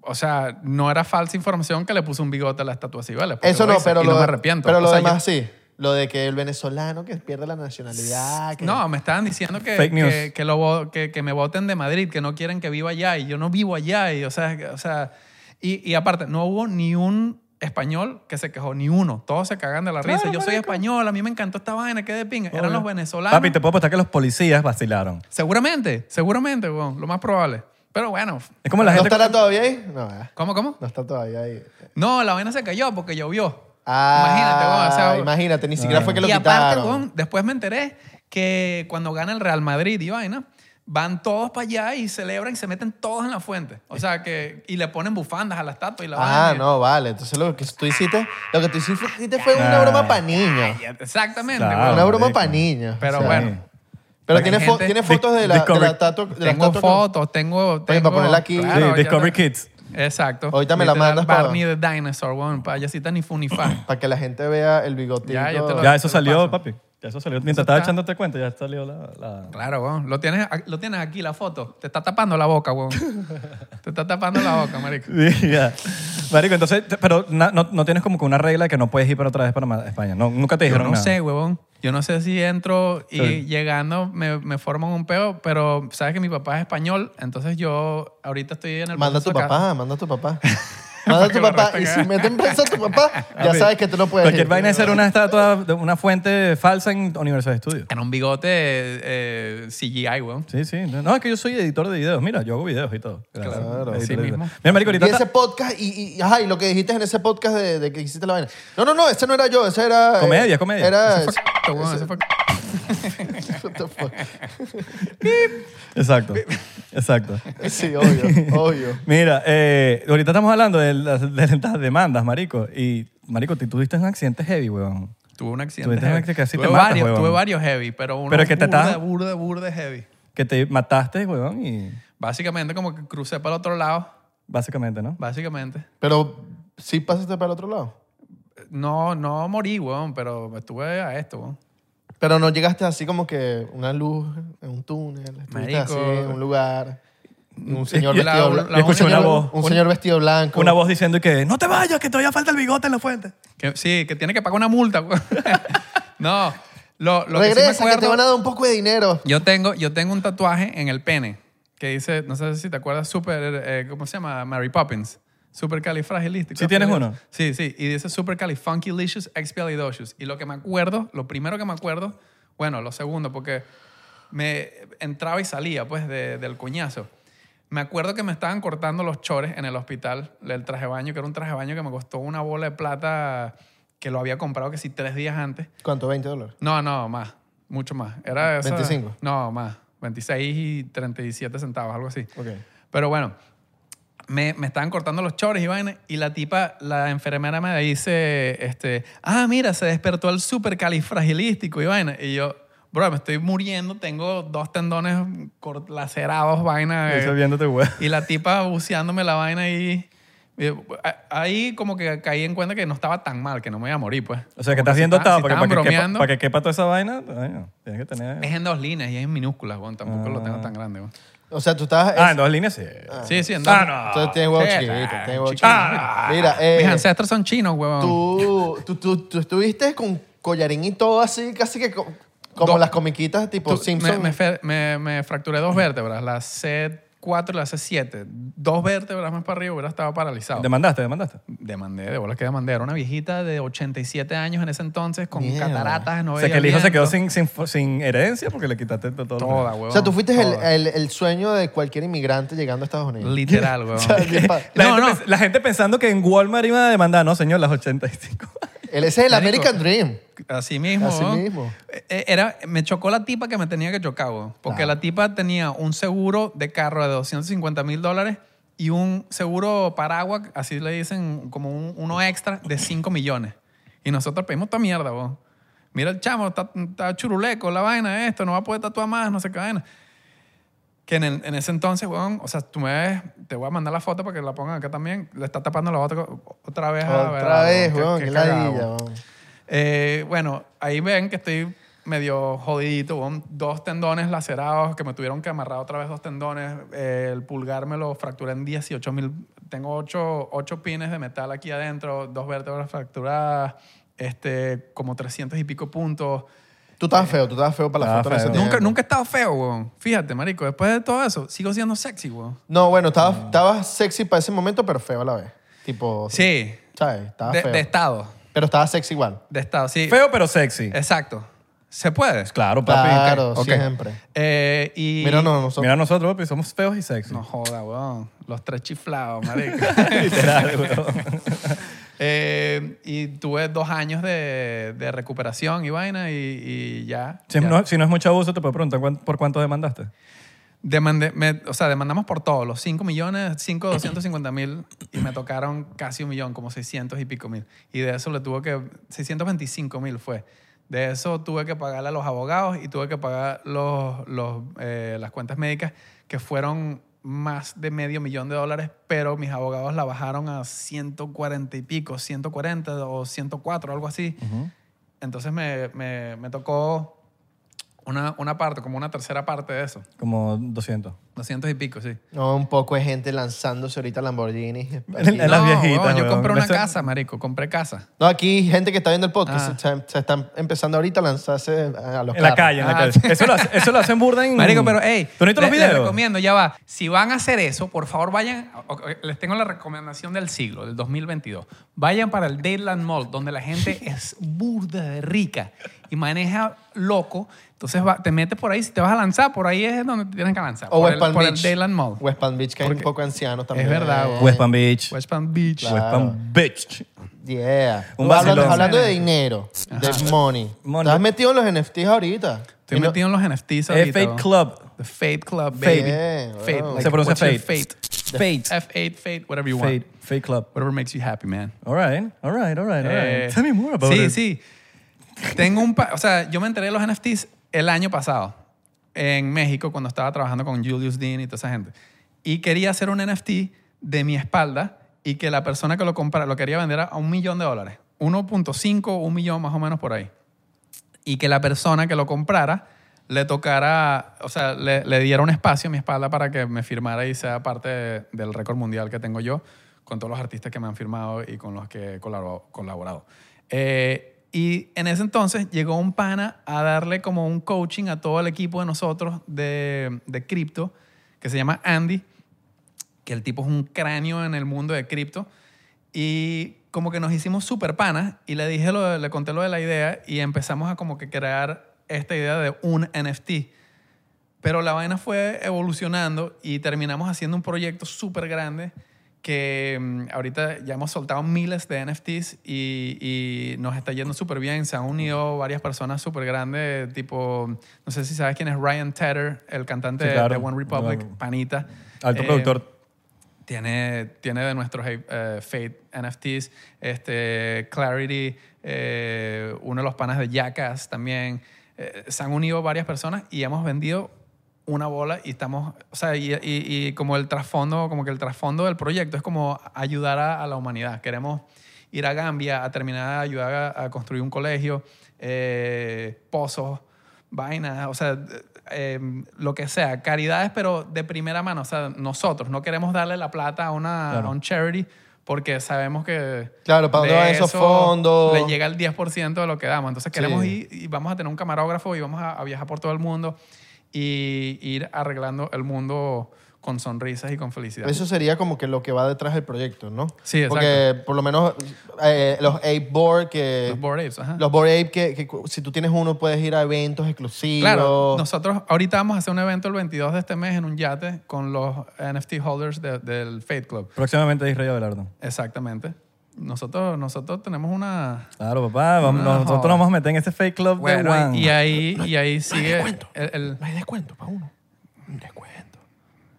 Speaker 1: O sea, no era falsa información que le puse un bigote a la estatua así, ¿vale? Porque
Speaker 3: Eso
Speaker 1: lo
Speaker 3: no,
Speaker 1: hice
Speaker 3: pero
Speaker 1: y
Speaker 3: lo,
Speaker 1: no me arrepiento.
Speaker 3: Pero
Speaker 1: O
Speaker 3: lo
Speaker 1: sea,
Speaker 3: demás sí. Lo de que el venezolano que pierde la nacionalidad.
Speaker 1: yo-
Speaker 3: que-
Speaker 1: no, me estaban diciendo que,
Speaker 2: Ah, Fake news.
Speaker 1: que, que lo vo- que- que me voten de Madrid, que no quieren que viva allá y yo no vivo allá. Y, o sea, que- o sea y, y aparte, no hubo ni un español que se quejó, ni uno. Todos se cagan de la risa. Yo soy español, a mí me encantó esta vaina, qué de pinga. Eran los venezolanos.
Speaker 2: Papi, te puedo apostar que los policías vacilaron.
Speaker 1: Seguramente, seguramente, weón, lo más probable. Pero bueno,
Speaker 2: Es como la
Speaker 3: ¿No
Speaker 2: gente...
Speaker 3: estará todavía ahí? No, ¿verdad?
Speaker 1: ¿cómo, cómo?
Speaker 3: no está todavía ahí.
Speaker 1: No, la vaina se cayó porque llovió. imagínate,
Speaker 3: Ah,
Speaker 1: weón. o sea,
Speaker 3: imagínate, ni siquiera fue que lo
Speaker 1: y aparte,
Speaker 3: quitaron.
Speaker 1: weón, después me enteré que cuando gana el Real Madrid y vaina, van todos para allá y celebran y se meten todos en la fuente. O sea, que. Y le ponen bufandas a la estatua y la
Speaker 3: Ah,
Speaker 1: vaina.
Speaker 3: no, vale. Entonces lo que tú hiciste, lo que tú hiciste fue una
Speaker 2: Ah.
Speaker 3: broma para niños.
Speaker 1: Exactamente,
Speaker 2: Claro.
Speaker 1: weón.
Speaker 3: Una broma
Speaker 2: marico.
Speaker 3: para niños.
Speaker 1: Pero
Speaker 3: O sea,
Speaker 1: bueno.
Speaker 3: Pero
Speaker 1: Porque
Speaker 3: tiene,
Speaker 1: hay
Speaker 3: fo-
Speaker 1: gente-
Speaker 3: tiene fotos de la, de
Speaker 2: Discovery-
Speaker 3: la tatu- de la
Speaker 1: Tengo
Speaker 3: estatua. que-
Speaker 1: fotos, tengo.
Speaker 3: para
Speaker 1: tengo-
Speaker 3: ponerla aquí.
Speaker 1: Claro,
Speaker 2: sí,
Speaker 1: yo
Speaker 2: Discovery
Speaker 1: te-
Speaker 2: Kids.
Speaker 1: Exacto.
Speaker 3: Ahorita me la
Speaker 1: Literal,
Speaker 3: mandas pa-
Speaker 1: Barney the Dinosaur, weón. Payasita ni fun ni fa.
Speaker 3: Para que la gente vea el bigotito.
Speaker 1: Ya, yo te lo-
Speaker 2: Ya eso
Speaker 1: te lo
Speaker 2: salió,
Speaker 1: paso.
Speaker 2: papi. Ya eso salió. Mientras estaba
Speaker 1: está.
Speaker 2: echándote cuenta, ya salió la... la-
Speaker 1: Claro, weón. Lo tienes, lo tienes aquí, la foto. Te está tapando la boca, weón. Te está tapando la boca, marico.
Speaker 2: Ya. Marico, entonces, te- pero na- no, no tienes como que una regla de que no puedes ir para otra vez para Ma- España. No, nunca te
Speaker 1: Yo
Speaker 2: dijeron
Speaker 1: no
Speaker 2: nada.
Speaker 1: sé, huevón. Yo no sé si entro y
Speaker 2: Sí.
Speaker 1: llegando me, me forman un peo, pero sabes que mi papá es español, entonces yo ahorita estoy en el
Speaker 3: Manda a
Speaker 1: proceso
Speaker 3: tu
Speaker 1: acá.
Speaker 3: papá, manda a tu papá. Manda a tu
Speaker 1: Para que lo
Speaker 3: papá.
Speaker 1: arresten
Speaker 3: Y si
Speaker 1: acá.
Speaker 3: meten preso a tu papá, ya sabes que tú no puedes.
Speaker 2: Cualquier
Speaker 3: ir.
Speaker 2: vaina es ser una estatua, de una fuente falsa en Universal Studios.
Speaker 1: Era un bigote eh, eh, CGI, weón.
Speaker 2: Sí, sí. No, no, es que yo soy editor de videos. Mira, yo hago videos y todo. Gracias.
Speaker 1: Claro,
Speaker 2: Editor
Speaker 1: así
Speaker 2: de videos.
Speaker 1: mismo.
Speaker 2: Mira, marico,
Speaker 3: Y
Speaker 2: ahorita...
Speaker 3: ese podcast, y, y- ajá, y lo que dijiste en ese podcast de, de que hiciste la vaina. No, no, no, ese no era yo, ese era. eh,
Speaker 2: Comedia, comedia.
Speaker 3: Era.
Speaker 1: Fue c***o, weón, eso fue c***o.
Speaker 3: What the fuck.
Speaker 2: Exacto. Exacto.
Speaker 3: Sí, obvio, obvio.
Speaker 2: Mira, eh, ahorita estamos hablando de las, de las demandas, marico. Y, marico, tú tuviste un accidente heavy, weón.
Speaker 1: Tuve un accidente.
Speaker 2: Tuviste un
Speaker 1: heavy.
Speaker 2: accidente que casi
Speaker 1: tuve,
Speaker 2: te matas,
Speaker 1: varios,
Speaker 2: huevón.
Speaker 1: tuve varios heavy, pero uno
Speaker 2: Pero es que te
Speaker 1: burda,
Speaker 2: estás-
Speaker 1: burda, burda heavy.
Speaker 2: Que te mataste, weón, y
Speaker 1: Básicamente como que crucé para el otro lado,
Speaker 2: básicamente, ¿no?
Speaker 1: básicamente.
Speaker 3: Pero sí pasaste para el otro lado.
Speaker 1: No, no morí, weón, pero estuve a esto, weón.
Speaker 3: Pero no llegaste así como que una luz en un túnel, estuviste
Speaker 1: Marico.
Speaker 3: así en un lugar. Un señor
Speaker 1: la-
Speaker 3: vestido
Speaker 1: la-
Speaker 3: blanco.
Speaker 1: la escuché
Speaker 2: una voz.
Speaker 3: Un señor vestido blanco.
Speaker 2: Una voz diciendo que no te vayas, que todavía falta el bigote en la fuente.
Speaker 1: Que, sí, que tiene que pagar una multa, weón. no, lo, lo que
Speaker 3: Regresa,
Speaker 1: sí
Speaker 3: que,
Speaker 1: me
Speaker 3: te
Speaker 1: acuerdo...
Speaker 3: van a dar un poco de dinero.
Speaker 1: yo, tengo, yo tengo un tatuaje en el pene que dice, no sé si te acuerdas, super, eh, ¿cómo se llama? Mary Poppins. Super califragilístico.
Speaker 2: ¿Sí tienes uno?
Speaker 1: Sí, sí. Y dice super califragilisticus expialidocious. Y lo que me acuerdo, lo primero que me acuerdo, bueno, lo segundo, porque me entraba y salía, pues, de- del cuñazo. Me acuerdo que me estaban cortando los chores en el hospital, el traje de baño, que era un traje de baño que me costó una bola de plata que lo había comprado que sí tres días antes.
Speaker 3: ¿Cuánto? ¿20 dólares?
Speaker 1: No, no, más. Mucho más. Era esa-
Speaker 3: 25.
Speaker 1: No, más. 26 y 37 centavos, algo así.
Speaker 3: Ok.
Speaker 1: Pero bueno, me, me estaban cortando los chores y vaina, y la tipa, la enfermera me dice, este, ah, mira, se despertó el supercalifragilístico y vaina. Y yo, bro, me estoy muriendo, tengo dos tendones cort- lacerados, vaina. eh,
Speaker 2: Eso viéndote, weón.
Speaker 1: y la tipa buceándome la vaina y... y, a- Ahí como que caí en cuenta que no estaba tan mal, que no me iba a morir, pues.
Speaker 2: O sea, que
Speaker 1: Como
Speaker 2: estás
Speaker 1: si
Speaker 2: viendo estaba
Speaker 1: estaba- si
Speaker 2: para, que- para que
Speaker 1: estaban
Speaker 2: quepa,
Speaker 1: bromeando.
Speaker 2: para que quepa toda esa vaina. coño, tienes que tener...
Speaker 1: Es en dos líneas y es en minúsculas, weón. Tampoco lo tengo
Speaker 3: Ah.
Speaker 1: tan grande, weón.
Speaker 3: O sea, tú estabas.
Speaker 2: Ah, en dos líneas sí.
Speaker 1: Sí, sí, en dos.
Speaker 2: Ah, no.
Speaker 3: Entonces tienes huevos
Speaker 1: Sí,
Speaker 3: chiquitos.
Speaker 1: está,
Speaker 3: Tienes huevos
Speaker 1: chiquito.
Speaker 3: chiquitos. Mira, eh,
Speaker 1: Mis ancestros son chinos, weón.
Speaker 3: tú, tú, tú, tú estuviste con collarín y todo así, casi que co- como
Speaker 1: Do-
Speaker 3: las comiquitas tipo
Speaker 1: Tú-
Speaker 3: Simpson.
Speaker 1: Me, me fe- me- me fracturé dos vértebras, la C4 y la C7. Dos vértebras más para arriba hubiera estado paralizado.
Speaker 2: Demandaste, demandaste.
Speaker 1: demandé, de bolas que demandé. Era una viejita de 87 años en ese entonces con
Speaker 3: Mierda.
Speaker 1: cataratas, no
Speaker 2: o sea,
Speaker 1: veía
Speaker 2: que el hijo se
Speaker 1: bien,
Speaker 2: quedó
Speaker 1: todo-
Speaker 2: sin, sin, sin herencia porque le quitaste todo.
Speaker 1: Toda, weón.
Speaker 3: o sea, tú fuiste el,
Speaker 1: toda.
Speaker 3: el- el sueño de cualquier inmigrante llegando a Estados Unidos.
Speaker 1: Literal, weón.
Speaker 3: O sea, de pa-
Speaker 2: La,
Speaker 1: No,
Speaker 2: gente
Speaker 1: no.
Speaker 2: pens- la gente pensando que en Walmart iban a demandar. No, señor, las 85.
Speaker 3: el- ese es el
Speaker 1: Marico.
Speaker 3: American Dream.
Speaker 1: Así mismo.
Speaker 3: Así
Speaker 1: ¿no?
Speaker 3: mismo.
Speaker 1: Eh, Era, me chocó la tipa que me tenía que chocar, weón. porque la tipa tenía un seguro de carro de 250 mil dólares y un seguro paraguas, así le dicen, como un- uno extra de 5 millones. Y nosotros pedimos esta mierda, vos. Mira el chamo, está, está churuleco, la vaina, esto, no va a poder tatuar más, no sé qué vaina. Que en, el- en ese entonces, weón, o sea, tú me ves, te voy a mandar la foto para que la pongan acá también. Le está tapando la otra, otra vez a
Speaker 3: Otra
Speaker 1: Verado,
Speaker 3: vez,
Speaker 1: Ah, qué-
Speaker 3: weón,
Speaker 1: qué
Speaker 3: qué
Speaker 1: cagada,
Speaker 3: ladilla,
Speaker 1: weón.
Speaker 3: weón.
Speaker 1: Eh, bueno, ahí ven que estoy medio jodidito, weón. dos tendones lacerados que me tuvieron que amarrar otra vez dos tendones, Eh, el pulgar me lo fracturé en 18 mil, tengo 8, pines de metal aquí adentro, dos vértebras fracturadas, este, como 300 y pico puntos.
Speaker 3: Tú estabas feo, tú estabas feo para la
Speaker 2: Estaba
Speaker 3: foto en ese
Speaker 2: feo.
Speaker 1: Nunca,
Speaker 3: tiempo.
Speaker 1: nunca he estado feo, weón. Fíjate, marico, después de todo eso, sigo siendo sexy, weón.
Speaker 3: No, bueno, estabas estabas sexy para ese momento, pero feo a la vez. Tipo,
Speaker 1: Sí,
Speaker 3: ¿sabes? Estabas
Speaker 1: de,
Speaker 3: Ah, feo.
Speaker 1: de estado,
Speaker 3: Pero estabas sexy igual.
Speaker 1: de estado, sí.
Speaker 2: Feo pero sexy. Pues
Speaker 1: Exacto. ¿Se puede?
Speaker 2: Claro, papi.
Speaker 3: Claro,
Speaker 1: ok.
Speaker 3: siempre.
Speaker 1: Eh, y...
Speaker 3: Mira, no, nosotros.
Speaker 2: Mira nosotros, papi, somos feos y sexy.
Speaker 1: No joda, weón. Los tres chiflados, marico.
Speaker 2: Literal, weón.
Speaker 1: Eh, y tuve dos años de, de recuperación y vaina y, y ya.
Speaker 2: Si
Speaker 1: ya.
Speaker 2: no, si no es mucho abuso, te puedo preguntar cuán- por cuánto demandaste.
Speaker 1: Demandé- me- o sea, demandamos por todo. Los 5 millones, 5, 250 mil y me tocaron casi un millón, como 600 y pico mil. Y de eso le tuve que... 625 mil fue. De eso tuve que pagarle a los abogados y tuve que pagar los, los, eh, las cuentas médicas que fueron más de medio millón de dólares, pero mis abogados la bajaron a 140 y pico, 140 o 104, algo así. Entonces me, me, me tocó Una, una parte, como una tercera parte de eso.
Speaker 2: Como 200.
Speaker 1: 200 y pico, sí.
Speaker 3: No, un poco de gente lanzándose ahorita Lamborghini.
Speaker 2: En las viejitas,
Speaker 1: huevón, yo
Speaker 2: huevón.
Speaker 1: compré una
Speaker 2: Eso-
Speaker 1: casa, marico. Compré casa.
Speaker 3: No, aquí gente que está viendo el podcast
Speaker 1: Ah.
Speaker 3: se, se están empezando ahorita a lanzarse a los
Speaker 2: En la
Speaker 3: carros.
Speaker 2: calle, en la
Speaker 1: Ah,
Speaker 2: calle.
Speaker 1: sí.
Speaker 2: Eso lo, hace- eso lo hacen burda en...
Speaker 1: Marico, pero hey,
Speaker 2: Mm. ¿Tú no viste los
Speaker 1: le- les
Speaker 2: videos?
Speaker 1: recomiendo, ya va. Si van a hacer eso, por favor vayan, o- o- les tengo la recomendación del siglo, del 2022. Vayan para el Dayland Mall, donde la gente es burda de rica y maneja loco. Entonces va- te metes por ahí, si te vas a lanzar, por ahí es donde te tienes que lanzar.
Speaker 3: O
Speaker 1: por
Speaker 3: West
Speaker 1: el,
Speaker 3: Palm
Speaker 1: por el
Speaker 3: Beach.
Speaker 1: Dayland Mall.
Speaker 3: West Palm Beach, que hay un poco anciano también.
Speaker 1: verdad, güey.
Speaker 2: West Palm Beach. West
Speaker 1: West Palm Beach.
Speaker 3: Claro.
Speaker 2: Palm Beach.
Speaker 3: Yeah.
Speaker 2: Un
Speaker 3: Tú hablas-
Speaker 2: vacilón.
Speaker 3: hablando, de dinero, de money.
Speaker 2: Money.
Speaker 3: Estás metido en los NFTs ahorita.
Speaker 1: Estoy
Speaker 3: Y no-
Speaker 1: metido en los NFTs ahorita.
Speaker 2: F8
Speaker 1: weón.
Speaker 2: Club.
Speaker 1: The Fate Club,
Speaker 2: Fate.
Speaker 1: baby.
Speaker 3: Yeah,
Speaker 1: Fate.
Speaker 3: wow.
Speaker 1: Like,
Speaker 2: Se pronuncia
Speaker 1: what's your
Speaker 2: Fate.
Speaker 1: Fate. F8, Fate, whatever you
Speaker 2: Fate.
Speaker 1: want.
Speaker 2: Fate Club.
Speaker 1: Whatever makes you happy, man.
Speaker 2: All right, all right, all right, all right.
Speaker 1: Eh,
Speaker 2: Tell me more about
Speaker 1: sí,
Speaker 2: it.
Speaker 1: Sí, Tengo un... pa- o sea, yo me enteré de los NFTs el año pasado en México cuando estaba trabajando con Julius Dean y toda esa gente. Y quería hacer un NFT de mi espalda y que la persona que lo compra lo quería vender a un millón de dólares. 1.5, un millón más o menos por ahí. Y que la persona que lo comprara le tocara, o sea, le, le diera un espacio a mi espalda para que me firmara y sea parte de- del récord mundial que tengo yo con todos los artistas que me han firmado y con los que he colabo- colaborado. Eh, y en ese entonces llegó un pana a darle como un coaching a todo el equipo de nosotros de, de cripto, que se llama Andy, que el tipo es un cráneo en el mundo de cripto. Y como que nos hicimos super panas y le dije lo de- le conté lo de la idea y empezamos a como que crear esta idea de un NFT. Pero la vaina fue evolucionando y terminamos haciendo un proyecto súper grande que mm, ahorita ya hemos soltado miles de NFTs y, y nos está yendo súper bien. Se han unido varias personas súper grandes, tipo, no sé si sabes quién es Ryan Tedder, el cantante
Speaker 2: Sí, claro.
Speaker 1: de One Republic,
Speaker 2: Claro.
Speaker 1: panita.
Speaker 2: Alto
Speaker 1: Eh,
Speaker 2: productor.
Speaker 1: tiene, tiene de nuestros eh, Fate NFTs, este, Clarity, eh, uno de los panas de Jackass también. Eh, se han unido varias personas y hemos vendido una bola y estamos, o sea, y, y- y como el trasfondo, como que el trasfondo del proyecto es como ayudar a, a la humanidad. Queremos ir a Gambia a terminar de ayudar a, a construir un colegio, eh, pozos, vainas, o sea, eh, eh, lo que sea, caridades, pero de primera mano. O sea, nosotros no queremos darle la plata a, una,
Speaker 2: Claro.
Speaker 1: a un charity porque sabemos que...
Speaker 3: Claro, ¿para dónde
Speaker 1: de
Speaker 3: van esos
Speaker 1: eso
Speaker 3: fondos?
Speaker 1: Le llega el 10% de lo que damos. Entonces queremos
Speaker 3: Sí.
Speaker 1: ir y vamos a tener un camarógrafo y vamos a, a viajar por todo el mundo y ir arreglando el mundo con sonrisas y con felicidad.
Speaker 3: Eso sería como que lo que va detrás del proyecto, ¿no?
Speaker 1: Sí, exacto.
Speaker 3: Porque por lo menos eh, los Ape Board que...
Speaker 1: Los Bored Apes, ajá.
Speaker 3: Los Bored Ape que, que cu- si tú tienes uno puedes ir a eventos exclusivos.
Speaker 1: Claro, nosotros ahorita vamos a hacer un evento el 22 de este mes en un yate con los NFT holders de- del Fate Club.
Speaker 2: Próximamente Disrey Abelardo.
Speaker 1: Exactamente. Nosotros, nosotros tenemos una...
Speaker 2: Claro, papá. vamos-
Speaker 1: No.
Speaker 2: Nosotros nos vamos a meter en ese fake club
Speaker 1: Bueno,
Speaker 2: de One.
Speaker 1: y ahí, y ahí sigue el, el-
Speaker 3: Hay descuento para uno. Un descuento.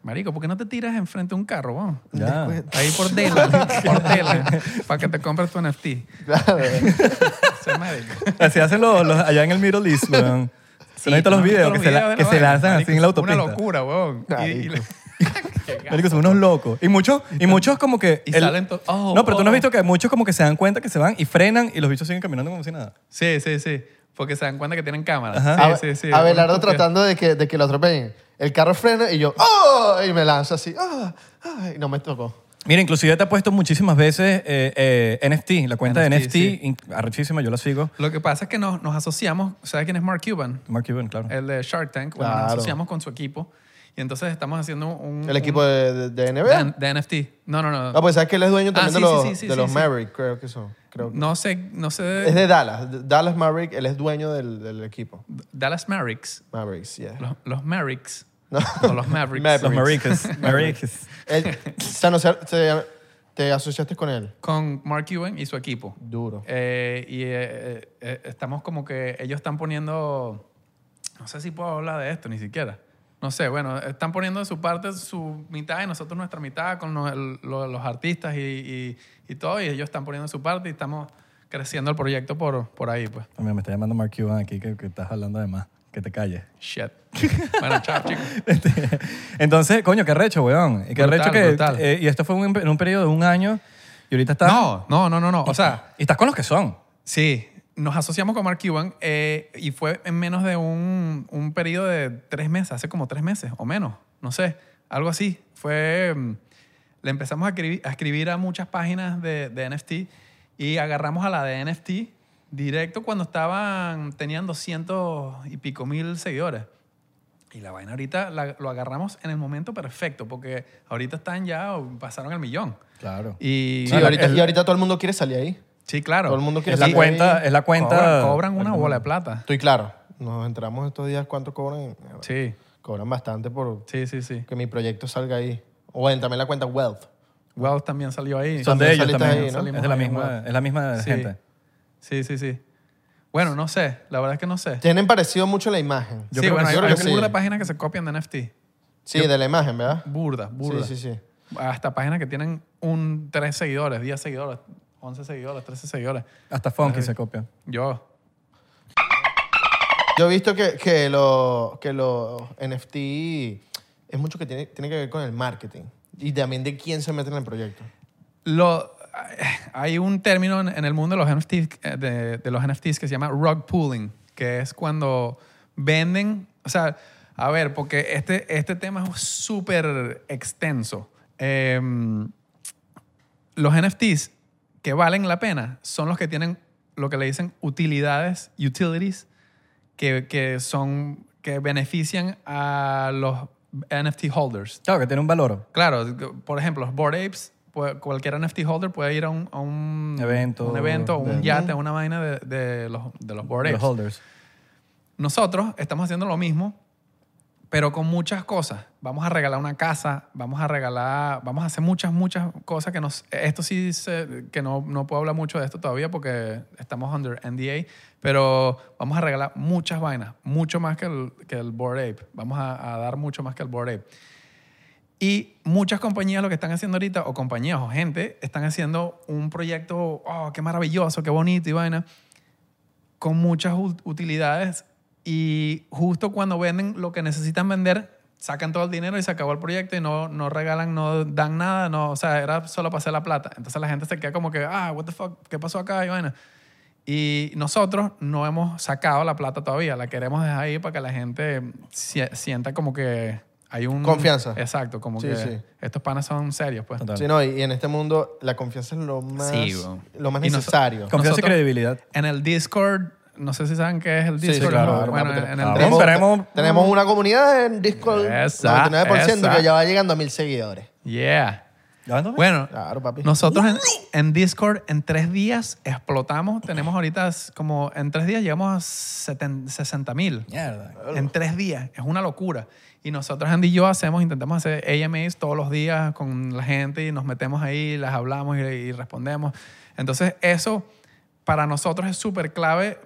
Speaker 1: Marico, ¿por qué no te tiras enfrente de un carro? vamos?
Speaker 2: Ya.
Speaker 1: Ahí por tela, por tela, para que te compres tu NFT.
Speaker 3: Claro.
Speaker 1: Soy marico.
Speaker 2: Así hacen los, los- allá en el Middle East, weón. Se han visto los
Speaker 1: ¿no has visto
Speaker 2: videos que, se, la-
Speaker 1: videos de
Speaker 2: que
Speaker 1: la
Speaker 2: se
Speaker 1: vaina?
Speaker 2: lanzan
Speaker 1: Marico,
Speaker 2: así en la
Speaker 1: es
Speaker 2: autopista.
Speaker 1: Una locura, weón. Y, y-
Speaker 3: Marico.
Speaker 1: Qué gato.
Speaker 2: Marico, son unos locos. Y muchos, y muchos como que...
Speaker 1: Y salen to- oh,
Speaker 2: no, pero tú no
Speaker 1: oh.
Speaker 2: has visto que muchos como que se dan cuenta que se van y frenan y los bichos siguen caminando como si nada.
Speaker 1: Sí, sí, sí. Porque se dan cuenta que tienen cámara.
Speaker 3: A-
Speaker 1: Sí, sí, sí.
Speaker 3: Abelardo tratando de que, de que lo atropellen. El carro frena y yo, ¡oh! Y me lanzo así, ¡ah! ah", y no me tocó.
Speaker 2: Mira, inclusive te he puesto muchísimas veces eh, eh, NFT, la cuenta de
Speaker 1: NFT,
Speaker 2: NFT,
Speaker 1: sí.
Speaker 2: in- arrechísima, yo la sigo.
Speaker 1: Lo que pasa es que nos, nos asociamos. ¿Sabes quién es Mark Cuban?
Speaker 2: Mark Cuban, claro.
Speaker 1: El de Shark Tank. Bueno, nos
Speaker 3: Claro.
Speaker 1: asociamos con su equipo. Y entonces estamos haciendo un.
Speaker 3: El equipo
Speaker 1: un-
Speaker 3: de, de- de NBA.
Speaker 1: de, de NFT. No, no, no.
Speaker 3: No, pues sabes que él es dueño también
Speaker 1: Ah,
Speaker 3: de
Speaker 1: sí,
Speaker 3: los,
Speaker 1: sí, sí, sí,
Speaker 3: de
Speaker 1: sí,
Speaker 3: los
Speaker 1: sí.
Speaker 3: Maverick, creo que son. Creo.
Speaker 1: No sé, no sé.
Speaker 3: Es de Dallas. D- Dallas Maverick, él es dueño del, del equipo.
Speaker 1: Dallas Mavericks.
Speaker 3: Mavericks, yeah.
Speaker 1: Los, los Mavericks.
Speaker 3: No.
Speaker 1: O los
Speaker 3: Mavericks.
Speaker 1: Mavericks.
Speaker 2: Los Maricas. Maricas.
Speaker 3: Él- Sano, se- se- te asociaste con él.
Speaker 1: Con Mark Cuban y su equipo.
Speaker 3: Duro.
Speaker 1: Eh, y eh, eh, eh, estamos como que ellos están poniendo, no sé si puedo hablar de esto ni siquiera. No sé, bueno, están poniendo de su parte su mitad y nosotros nuestra mitad con lo- el- lo- los artistas y, y- y todo. Y ellos están poniendo de su parte y estamos creciendo el proyecto por, por ahí, pues.
Speaker 2: Ah, mira, me está llamando Mark Cuban aquí que, que estás hablando de más. Que te calles.
Speaker 1: Shit. bueno, chao, chicos.
Speaker 2: Entonces, coño, qué recho, weón. Y qué
Speaker 1: Brutal,
Speaker 2: recho que.
Speaker 1: brutal.
Speaker 2: eh, y esto fue un- en un periodo de un año. Y ahorita estás.
Speaker 1: No, no, no, no, no. O sea,
Speaker 2: Y estás con los que son.
Speaker 1: sí. nos asociamos con Mark Cuban eh, y fue en menos de un, un periodo de tres meses, hace como tres meses o menos, no sé, algo así. Fue, mm, le empezamos a, escribi- a escribir a muchas páginas de, de NFT y agarramos a la de NFT directo cuando estaban, tenían 200 y pico mil seguidores. Y la vaina ahorita la- lo agarramos en el momento perfecto porque ahorita están ya, pasaron el millón.
Speaker 3: Claro.
Speaker 1: Y,
Speaker 3: Sí, ahorita, y ahorita todo el mundo quiere salir ahí.
Speaker 1: Sí, claro.
Speaker 3: Todo el mundo quiere
Speaker 2: Es la
Speaker 3: salir
Speaker 2: cuenta,
Speaker 3: ahí.
Speaker 2: es la cuenta.
Speaker 1: Cobran, cobran una bola de plata.
Speaker 3: Estoy claro. Nos entramos estos días, ¿cuánto cobran? eh,
Speaker 1: Sí,
Speaker 3: Cobran bastante por
Speaker 1: sí, sí, sí.
Speaker 3: que mi proyecto salga ahí. O en también la cuenta Wealth.
Speaker 1: Wow también salió ahí.
Speaker 2: Son de
Speaker 3: También
Speaker 2: ellos
Speaker 3: saliste
Speaker 2: también.
Speaker 3: ahí, ¿no?
Speaker 2: Es de la
Speaker 1: Salimos ahí,
Speaker 2: misma,
Speaker 1: ¿no?
Speaker 2: es la misma
Speaker 1: Sí.
Speaker 2: gente.
Speaker 1: Sí, sí, sí. Bueno, no sé. La verdad es que no sé.
Speaker 3: Tienen parecido mucho la imagen.
Speaker 1: sí, bueno, hay,
Speaker 3: yo creo
Speaker 1: hay
Speaker 3: que
Speaker 1: burda
Speaker 3: sí.
Speaker 1: páginas que se copian de NFT.
Speaker 3: Sí, de la imagen, ¿verdad?
Speaker 1: Burda, burda.
Speaker 3: Sí, sí, sí.
Speaker 1: Hasta páginas que tienen un 3 seguidores, 10 seguidores, 11 seguidores, 13 seguidores.
Speaker 2: Hasta Funky se copia.
Speaker 1: Yo.
Speaker 3: Yo he visto que, que los que los NFT es mucho que tiene, tiene que ver con el marketing y también de quién se mete en el proyecto.
Speaker 1: Lo, hay un término en, en el mundo de los, NFTs, eh, de, de los NFTs que se llama rug pulling, que es cuando venden, o sea, a ver, porque este, este tema es súper extenso. Em, los NFTs que valen la pena son los que tienen lo que le dicen utilidades, utilities, que, que son, que benefician a los NFT holders.
Speaker 2: Claro, que tiene un valor.
Speaker 1: Claro, por ejemplo, los Bored Apes, pu- cualquier NFT holder puede ir a un, a un
Speaker 2: Evento
Speaker 1: un evento, un
Speaker 2: de-
Speaker 1: yate, a una vaina de, de los, de los Bored
Speaker 2: Los
Speaker 1: Apes.
Speaker 2: holders.
Speaker 1: Nosotros estamos haciendo lo mismo, pero con muchas cosas. Vamos a regalar una casa, vamos a regalar, vamos a hacer muchas, muchas cosas que nos... Esto sí, se- que no, no puedo hablar mucho de esto todavía porque estamos under NDA, pero vamos a regalar muchas vainas, mucho más que el, que el Bored Ape. Vamos a, a dar mucho más que el Bored Ape. Y muchas compañías lo que están haciendo ahorita, o compañías o gente, están haciendo un proyecto, oh, qué maravilloso, qué bonito y vaina, con muchas ut- utilidades. Y justo cuando venden lo que necesitan vender, sacan todo el dinero y se acabó el proyecto y no, no regalan, no dan nada, no, o sea, era solo para hacer la plata. Entonces la gente se queda como que, ah, what the fuck, ¿qué pasó acá y vaina? Y nosotros no hemos sacado la plata todavía, la queremos dejar ahí para que la gente si- sienta como que hay un...
Speaker 3: Confianza.
Speaker 1: Exacto, como
Speaker 3: Sí,
Speaker 1: que
Speaker 3: sí.
Speaker 1: estos panas son serios, pues.
Speaker 2: Total.
Speaker 3: Sí, no, y, y en este mundo la confianza es lo más,
Speaker 1: Sí, weón.
Speaker 3: lo más
Speaker 1: Y noso-
Speaker 3: necesario.
Speaker 1: Con-
Speaker 2: Confianza y
Speaker 1: Nosotros-
Speaker 2: credibilidad.
Speaker 1: En el Discord, no sé si saben qué es el
Speaker 3: Sí, sí,
Speaker 1: Discord.
Speaker 3: claro,
Speaker 1: ¿no?
Speaker 3: claro,
Speaker 1: Bueno,
Speaker 3: claro.
Speaker 2: Ah,
Speaker 1: en el
Speaker 2: vamos,
Speaker 1: Discord.
Speaker 2: tenemos-
Speaker 3: Tenemos una comunidad en Discord
Speaker 1: Esa,
Speaker 3: 99%
Speaker 1: esa.
Speaker 3: que ya va llegando a mil seguidores.
Speaker 1: Yeah.
Speaker 2: ¿Ya ven, no?
Speaker 1: Bueno,
Speaker 3: Claro, papi.
Speaker 1: nosotros en, en Discord en tres días explotamos. Tenemos ahorita s- como en tres días llegamos a 70 60 mil.
Speaker 2: Mierda.
Speaker 1: En tres días. Es una locura. Y nosotros, Andy y yo, hacemos, intentamos hacer AMAs todos los días con la gente y nos metemos ahí, las hablamos y, y respondemos. Entonces, eso para nosotros es súper clave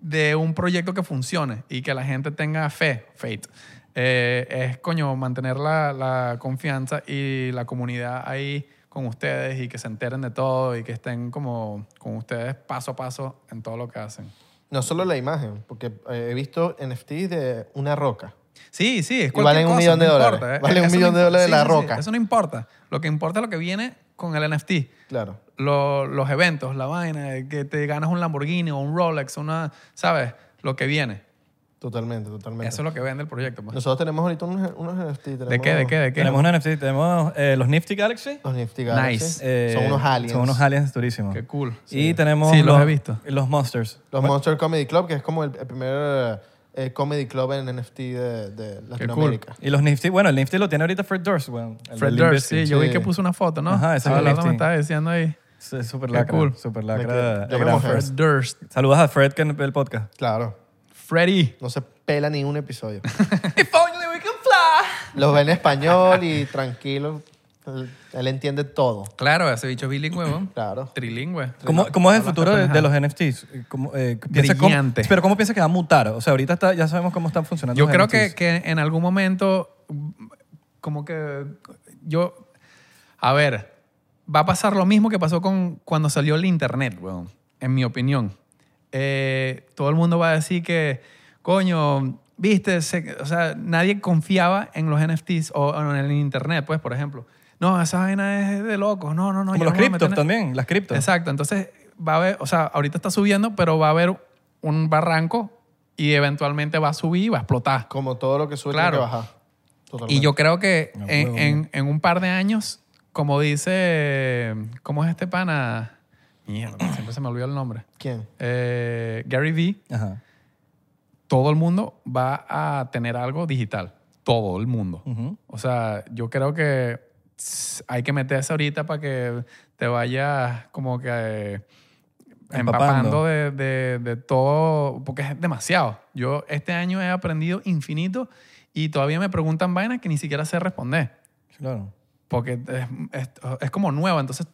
Speaker 1: de un proyecto que funcione y que la gente tenga fe, faith. Eh, es, coño, mantener la, la confianza y la comunidad ahí con ustedes y que se enteren de todo y que estén como con ustedes paso a paso en todo lo que hacen.
Speaker 3: No solo la imagen, porque eh, he visto NFTs de una roca.
Speaker 1: Sí, sí, es
Speaker 3: Y valen
Speaker 1: cualquier
Speaker 3: un
Speaker 1: cosa,
Speaker 3: millón de
Speaker 1: no
Speaker 3: dólares.
Speaker 1: importa, eh.
Speaker 3: Valen un
Speaker 1: Eso no
Speaker 3: millón de
Speaker 1: impo-
Speaker 3: dólares la roca.
Speaker 1: Eso no importa. Lo que importa es lo que viene con el NFT.
Speaker 3: Claro.
Speaker 1: Lo- los eventos, la vaina, eh, que te ganas un Lamborghini o un Rolex, una, ¿sabes? Lo que viene.
Speaker 3: Totalmente, totalmente.
Speaker 1: Eso es lo que vende el proyecto. pues.
Speaker 3: Nosotros tenemos ahorita unos, unos NFT.
Speaker 1: ¿De qué? ¿De qué? ¿De qué?
Speaker 2: Tenemos un NFT, tenemos eh, los Nifty Galaxy.
Speaker 3: Los NFT Galaxy.
Speaker 1: Nice.
Speaker 2: Eh,
Speaker 3: son unos aliens.
Speaker 2: Son unos aliens durísimos.
Speaker 1: Qué cool.
Speaker 2: Y tenemos
Speaker 1: Sí, los he visto.
Speaker 2: Los Monsters.
Speaker 3: Los Monster Comedy Club, que es como el, el primer eh, comedy club en NFT de, de Latinoamérica.
Speaker 2: Y los Nifty, bueno, el Nifty lo tiene ahorita Fred Durst, weón. El
Speaker 1: Fred
Speaker 2: de Limp
Speaker 1: Durst, sí,
Speaker 2: Bizkit.
Speaker 1: yo vi
Speaker 3: sí.
Speaker 1: que puso una foto, ¿no?
Speaker 2: Ajá, ese
Speaker 1: Ah,
Speaker 2: es
Speaker 1: lo que
Speaker 2: Lifting.
Speaker 1: me estaba diciendo ahí.
Speaker 2: Sí, Es súper
Speaker 1: Qué
Speaker 2: lacra,
Speaker 1: cool.
Speaker 2: súper
Speaker 3: Me
Speaker 2: lacra.
Speaker 3: quedo- yo me
Speaker 2: el gran
Speaker 3: mojé.
Speaker 2: Fred.
Speaker 1: Fred Durst,
Speaker 2: Saludos a Fred, que el podcast.
Speaker 3: Claro.
Speaker 1: Freddy.
Speaker 3: No se pela ni un episodio.
Speaker 1: If only we can fly.
Speaker 3: Los ve en español y tranquilo. Él, él entiende todo.
Speaker 1: Claro, ese bicho es bilingüe, weón.
Speaker 3: Claro.
Speaker 1: Trilingüe.
Speaker 2: ¿Cómo, cómo es el
Speaker 1: Hablas
Speaker 2: futuro de,
Speaker 1: pendejada.
Speaker 2: de los NFTs? ¿Cómo, eh, piensa cómo-
Speaker 1: Brillante.
Speaker 2: pero ¿cómo piensa que va a mutar? O sea, ahorita está- ya sabemos cómo están funcionando
Speaker 1: Yo
Speaker 2: los
Speaker 1: creo
Speaker 2: NFTs.
Speaker 1: que, que en algún momento, mm, como que yo, a ver, va a pasar lo mismo que pasó con cuando salió el Internet, weón, en mi opinión. Eh, todo el mundo va a decir que, coño, viste, se- o sea, nadie confiaba en los NFTs o, o en el Internet, pues, por ejemplo. No, esa vaina es de locos. No, no, no.
Speaker 2: Como
Speaker 1: yo
Speaker 2: los
Speaker 1: no me voy a
Speaker 2: criptos
Speaker 1: meter en-
Speaker 2: también, las criptos.
Speaker 1: Exacto. Entonces, va a haber, o sea, ahorita está subiendo, pero va a haber un barranco y eventualmente va a subir y va a explotar.
Speaker 3: Como todo lo que sube
Speaker 1: Claro.
Speaker 3: tiene que bajar.
Speaker 1: Y yo creo que
Speaker 2: No
Speaker 1: en,
Speaker 2: puedo,
Speaker 1: en- en un par de años, como dice, ¿cómo es este pana? Mierda, siempre se me olvidó el nombre.
Speaker 3: ¿Quién?
Speaker 1: Eh, Gary Vee,
Speaker 2: Ajá.
Speaker 1: todo el mundo va a tener algo digital. Todo el mundo.
Speaker 2: Ujú.
Speaker 1: O sea, yo creo que tss, hay que meterse ahorita para que te vayas como que eh,
Speaker 2: Empapando.
Speaker 1: empapando de, de- de todo, porque es demasiado. Yo este año he aprendido infinito y todavía me preguntan vainas que ni siquiera sé responder,
Speaker 2: Claro.
Speaker 1: porque es, es- es como nuevo. Entonces,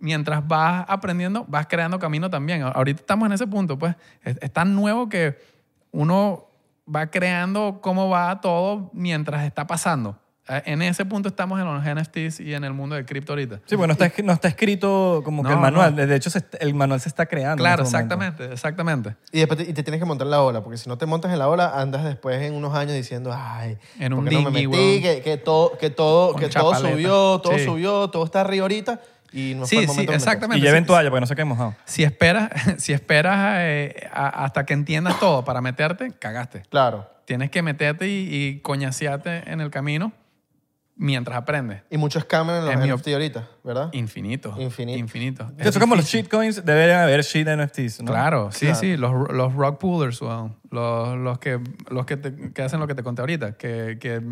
Speaker 1: mientras vas aprendiendo, vas creando camino también. A- Ahorita estamos en ese punto, pues es, es tan nuevo que uno va creando cómo va todo mientras está pasando. Eh, En ese punto estamos en los NFTs y en el mundo de cripto ahorita.
Speaker 2: Sí, bueno, está, escri- no está escrito como que
Speaker 1: No,
Speaker 2: el manual. De hecho, se está- el manual se está creando. en
Speaker 1: Claro,
Speaker 2: este momento.
Speaker 1: exactamente, exactamente.
Speaker 3: Y, después te, y te tienes que montar en la ola, porque si no te montas en la ola, andas después en unos años diciendo, ay,
Speaker 1: En
Speaker 3: ¿por
Speaker 1: un
Speaker 3: qué no me metí?
Speaker 1: dinghy, weón.
Speaker 3: Que, que todo, que todo,
Speaker 1: Con
Speaker 3: que todo
Speaker 1: chapaleta.
Speaker 3: subió, todo
Speaker 1: Sí.
Speaker 3: subió, todo está arriba ahorita y no fue
Speaker 1: Sí,
Speaker 3: el
Speaker 1: sí,
Speaker 3: momento. de meterse.
Speaker 1: exactamente.
Speaker 2: Y lleven
Speaker 1: Si-
Speaker 2: toalla para que no se quede mojado.
Speaker 1: Si esperas, si esperas eh, a- hasta que entiendas todo para meterte, cagaste.
Speaker 3: Claro.
Speaker 1: Tienes que meterte y, y coñasearte en el camino mientras aprendes.
Speaker 3: Y muchos cámaras en
Speaker 1: Es
Speaker 3: los
Speaker 1: mi
Speaker 3: NFT ahorita, ¿verdad?
Speaker 1: Infinito.
Speaker 3: Infinito.
Speaker 1: Infinito.
Speaker 2: Eso es como los shitcoins, deberían haber shit NFTs, ¿no?
Speaker 1: Claro, sí,
Speaker 3: Claro.
Speaker 1: sí, los, los rock pullers, weón. los, los que, los que, te- que hacen lo que te conté ahorita, que, que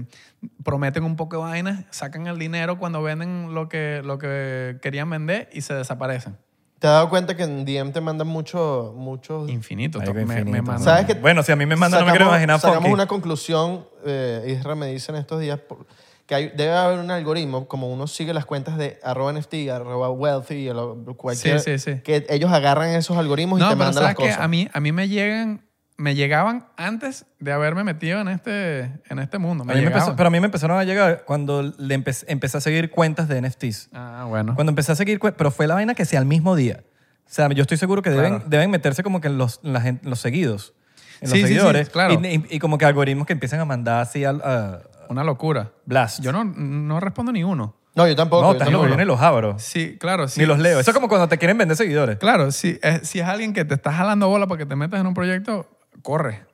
Speaker 1: prometen un poco de vainas, sacan el dinero cuando venden lo que, lo que querían vender y se desaparecen.
Speaker 3: ¿Te has dado cuenta que en DM te mandan muchos... muchos
Speaker 1: Infinito.
Speaker 2: Marico,
Speaker 1: to- me- me
Speaker 2: infinito.
Speaker 1: mandan-
Speaker 3: ¿Sabes qué?
Speaker 2: Bueno, si a mí me mandan, no me
Speaker 3: Sacamos-
Speaker 2: quiero imaginar
Speaker 3: Sacamos
Speaker 2: funky.
Speaker 3: una conclusión, eh, Isra me dice en estos días, por- que hay- debe haber un algoritmo, como uno sigue las cuentas de arroba NFT, arroba wealthy, y lo- cualquier,
Speaker 1: Sí, sí, sí.
Speaker 3: que ellos agarran esos algoritmos y
Speaker 1: No,
Speaker 3: te
Speaker 1: pero
Speaker 3: mandan las
Speaker 1: sabes que
Speaker 3: cosas.
Speaker 1: a mí, a mí me llegan, me llegaban antes de haberme metido en este, en este mundo. Me
Speaker 2: A mí me
Speaker 1: llegaban.
Speaker 2: empezó- pero a mí me empezaron a llegar cuando le empe- empecé a seguir cuentas de NFTs.
Speaker 1: Ah, bueno.
Speaker 2: Cuando empecé a seguir, cue- pero fue la vaina que sea al mismo día. O sea, yo estoy seguro que deben,
Speaker 1: Claro.
Speaker 2: deben meterse como que en los, en la gen- en los seguidos, en
Speaker 1: Sí, sí,
Speaker 2: los
Speaker 1: sí,
Speaker 2: seguidores,
Speaker 1: claro.
Speaker 2: y, y- y como que algoritmos que empiezan a mandar así al- a,
Speaker 1: Una locura.
Speaker 2: Blast.
Speaker 1: Yo no, no respondo ni uno.
Speaker 3: No, yo tampoco.
Speaker 2: no,
Speaker 3: yo
Speaker 2: estás
Speaker 3: tampoco.
Speaker 2: loco, yo ni los abro,
Speaker 1: Sí, claro. Sí.
Speaker 2: ni los leo. Eso es como cuando te quieren vender seguidores.
Speaker 1: Claro, si es, si es alguien que te está jalando bola para que te metas en un proyecto, corre.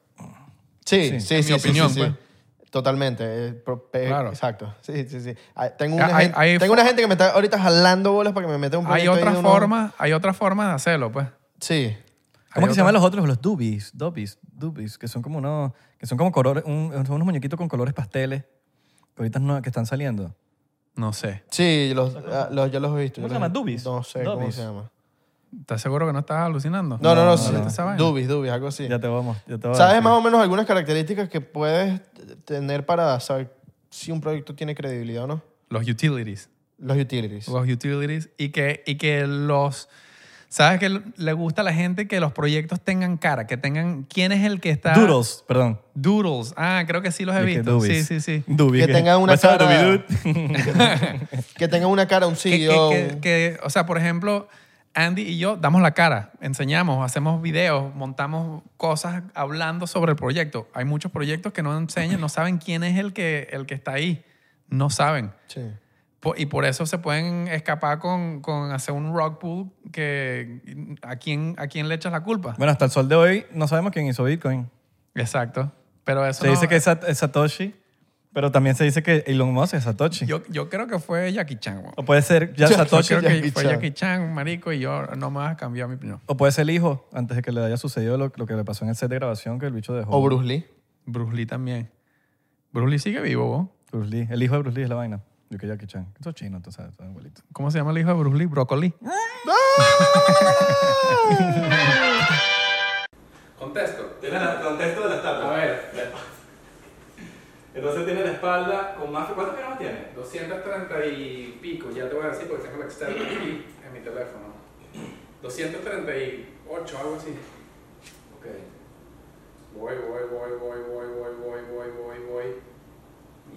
Speaker 3: Sí, sí, sí. sí,
Speaker 1: mi
Speaker 3: sí,
Speaker 1: opinión, pues.
Speaker 3: sí. Totalmente. eh, pro- pe-
Speaker 1: Claro.
Speaker 3: Exacto. Sí, sí, sí. Ah, Tengo una,
Speaker 1: Hay-
Speaker 3: gente,
Speaker 1: hay
Speaker 3: tengo
Speaker 1: fo-
Speaker 3: una gente que me está ahorita jalando bolas para que me meta un
Speaker 1: Hay
Speaker 3: proyecto ahí
Speaker 1: otras
Speaker 3: de uno-
Speaker 1: formas, hay otras formas de hacerlo, pues.
Speaker 3: Sí.
Speaker 2: ¿Cómo
Speaker 1: Hay
Speaker 2: que
Speaker 1: otras-
Speaker 2: se llaman los otros? Los dubbies, dubbies, dubbies, que son como unos, que son como colores, un- son unos muñequitos con colores pasteles, que ahorita no, que están saliendo.
Speaker 1: No sé.
Speaker 3: Sí, los, ah, los- yo los he visto.
Speaker 2: ¿Cómo
Speaker 3: yo
Speaker 2: se
Speaker 3: los-
Speaker 2: llama? ¿Dubbies?
Speaker 3: No sé cómo
Speaker 2: ¿Dubbies?
Speaker 3: se llama.
Speaker 1: ¿Estás seguro que no estás alucinando?
Speaker 3: No, no, no. sí,
Speaker 1: ¿Viste esa vaina?
Speaker 3: Dubis, Dubis, algo así.
Speaker 2: Ya te vamos, ya te voy a
Speaker 3: ¿Sabes
Speaker 2: decir.
Speaker 3: más o menos algunas características que puedes t- tener para saber si un proyecto tiene credibilidad o no?
Speaker 1: Los utilities.
Speaker 3: Los utilities.
Speaker 1: Los utilities. Y que, y que los... ¿Sabes que le gusta a la gente que los proyectos tengan cara? Que tengan... ¿Quién es el que está...?
Speaker 2: Doodles, perdón.
Speaker 1: Doodles. Ah, creo que sí los he
Speaker 2: Dije
Speaker 1: visto. Sí,
Speaker 2: dubbies.
Speaker 1: sí, sí.
Speaker 2: Dubbies,
Speaker 3: Que tengan una
Speaker 2: What's up,
Speaker 3: cara-
Speaker 2: dubby dude?
Speaker 3: Que tengan una cara, un
Speaker 1: Que- que-
Speaker 3: CEO.
Speaker 1: que-
Speaker 3: un-
Speaker 1: que, o sea, por ejemplo, Andy y yo damos la cara, enseñamos, hacemos videos, montamos cosas hablando sobre el proyecto. Hay muchos proyectos que no enseñan, no saben quién es el que, el que está ahí. No saben.
Speaker 3: Sí.
Speaker 1: Po- Y por eso se pueden escapar con, con hacer un rock pool que ¿a quién, a quién le echas la culpa.
Speaker 2: Bueno, hasta el sol de hoy no sabemos quién hizo Bitcoin.
Speaker 1: Exacto. Pero eso
Speaker 2: Se
Speaker 1: no-
Speaker 2: dice que es, Sat- es Satoshi, pero también se dice que Elon Musk es Satoshi.
Speaker 1: yo, yo creo que fue Jackie Chan. güey.
Speaker 2: o puede ser ya
Speaker 3: Yo-
Speaker 1: Yo
Speaker 2: Satoshi,
Speaker 1: creo que
Speaker 3: Jackie
Speaker 1: fue
Speaker 3: Chan.
Speaker 1: Jackie Chan, marico, y yo no me vas a cambiar mi opinión.
Speaker 2: o puede ser el hijo, antes de que le haya sucedido lo, lo que le pasó en el set de grabación que el bicho dejó.
Speaker 3: O Bruce Lee.
Speaker 1: Bruce Lee también. Bruce Lee sigue vivo, ¿vos?
Speaker 2: Bruce Lee. El hijo de Bruce Lee es la vaina. Yo que Jackie Chan. Eso es chino, tú sabes, tú eres abuelito.
Speaker 1: ¿Cómo se llama el hijo de Bruce Lee? Brócoli.
Speaker 5: Contesto. Tienes la, contexto de la estatua. A ver. Entonces tiene la espalda con más... ¿Cuántos gramas tiene?
Speaker 1: 230 y pico, ya te voy a decir porque tengo el externo aquí en mi teléfono. 238, algo así.
Speaker 5: Ok. Voy, voy, voy, voy, voy, voy, voy, voy, voy, voy.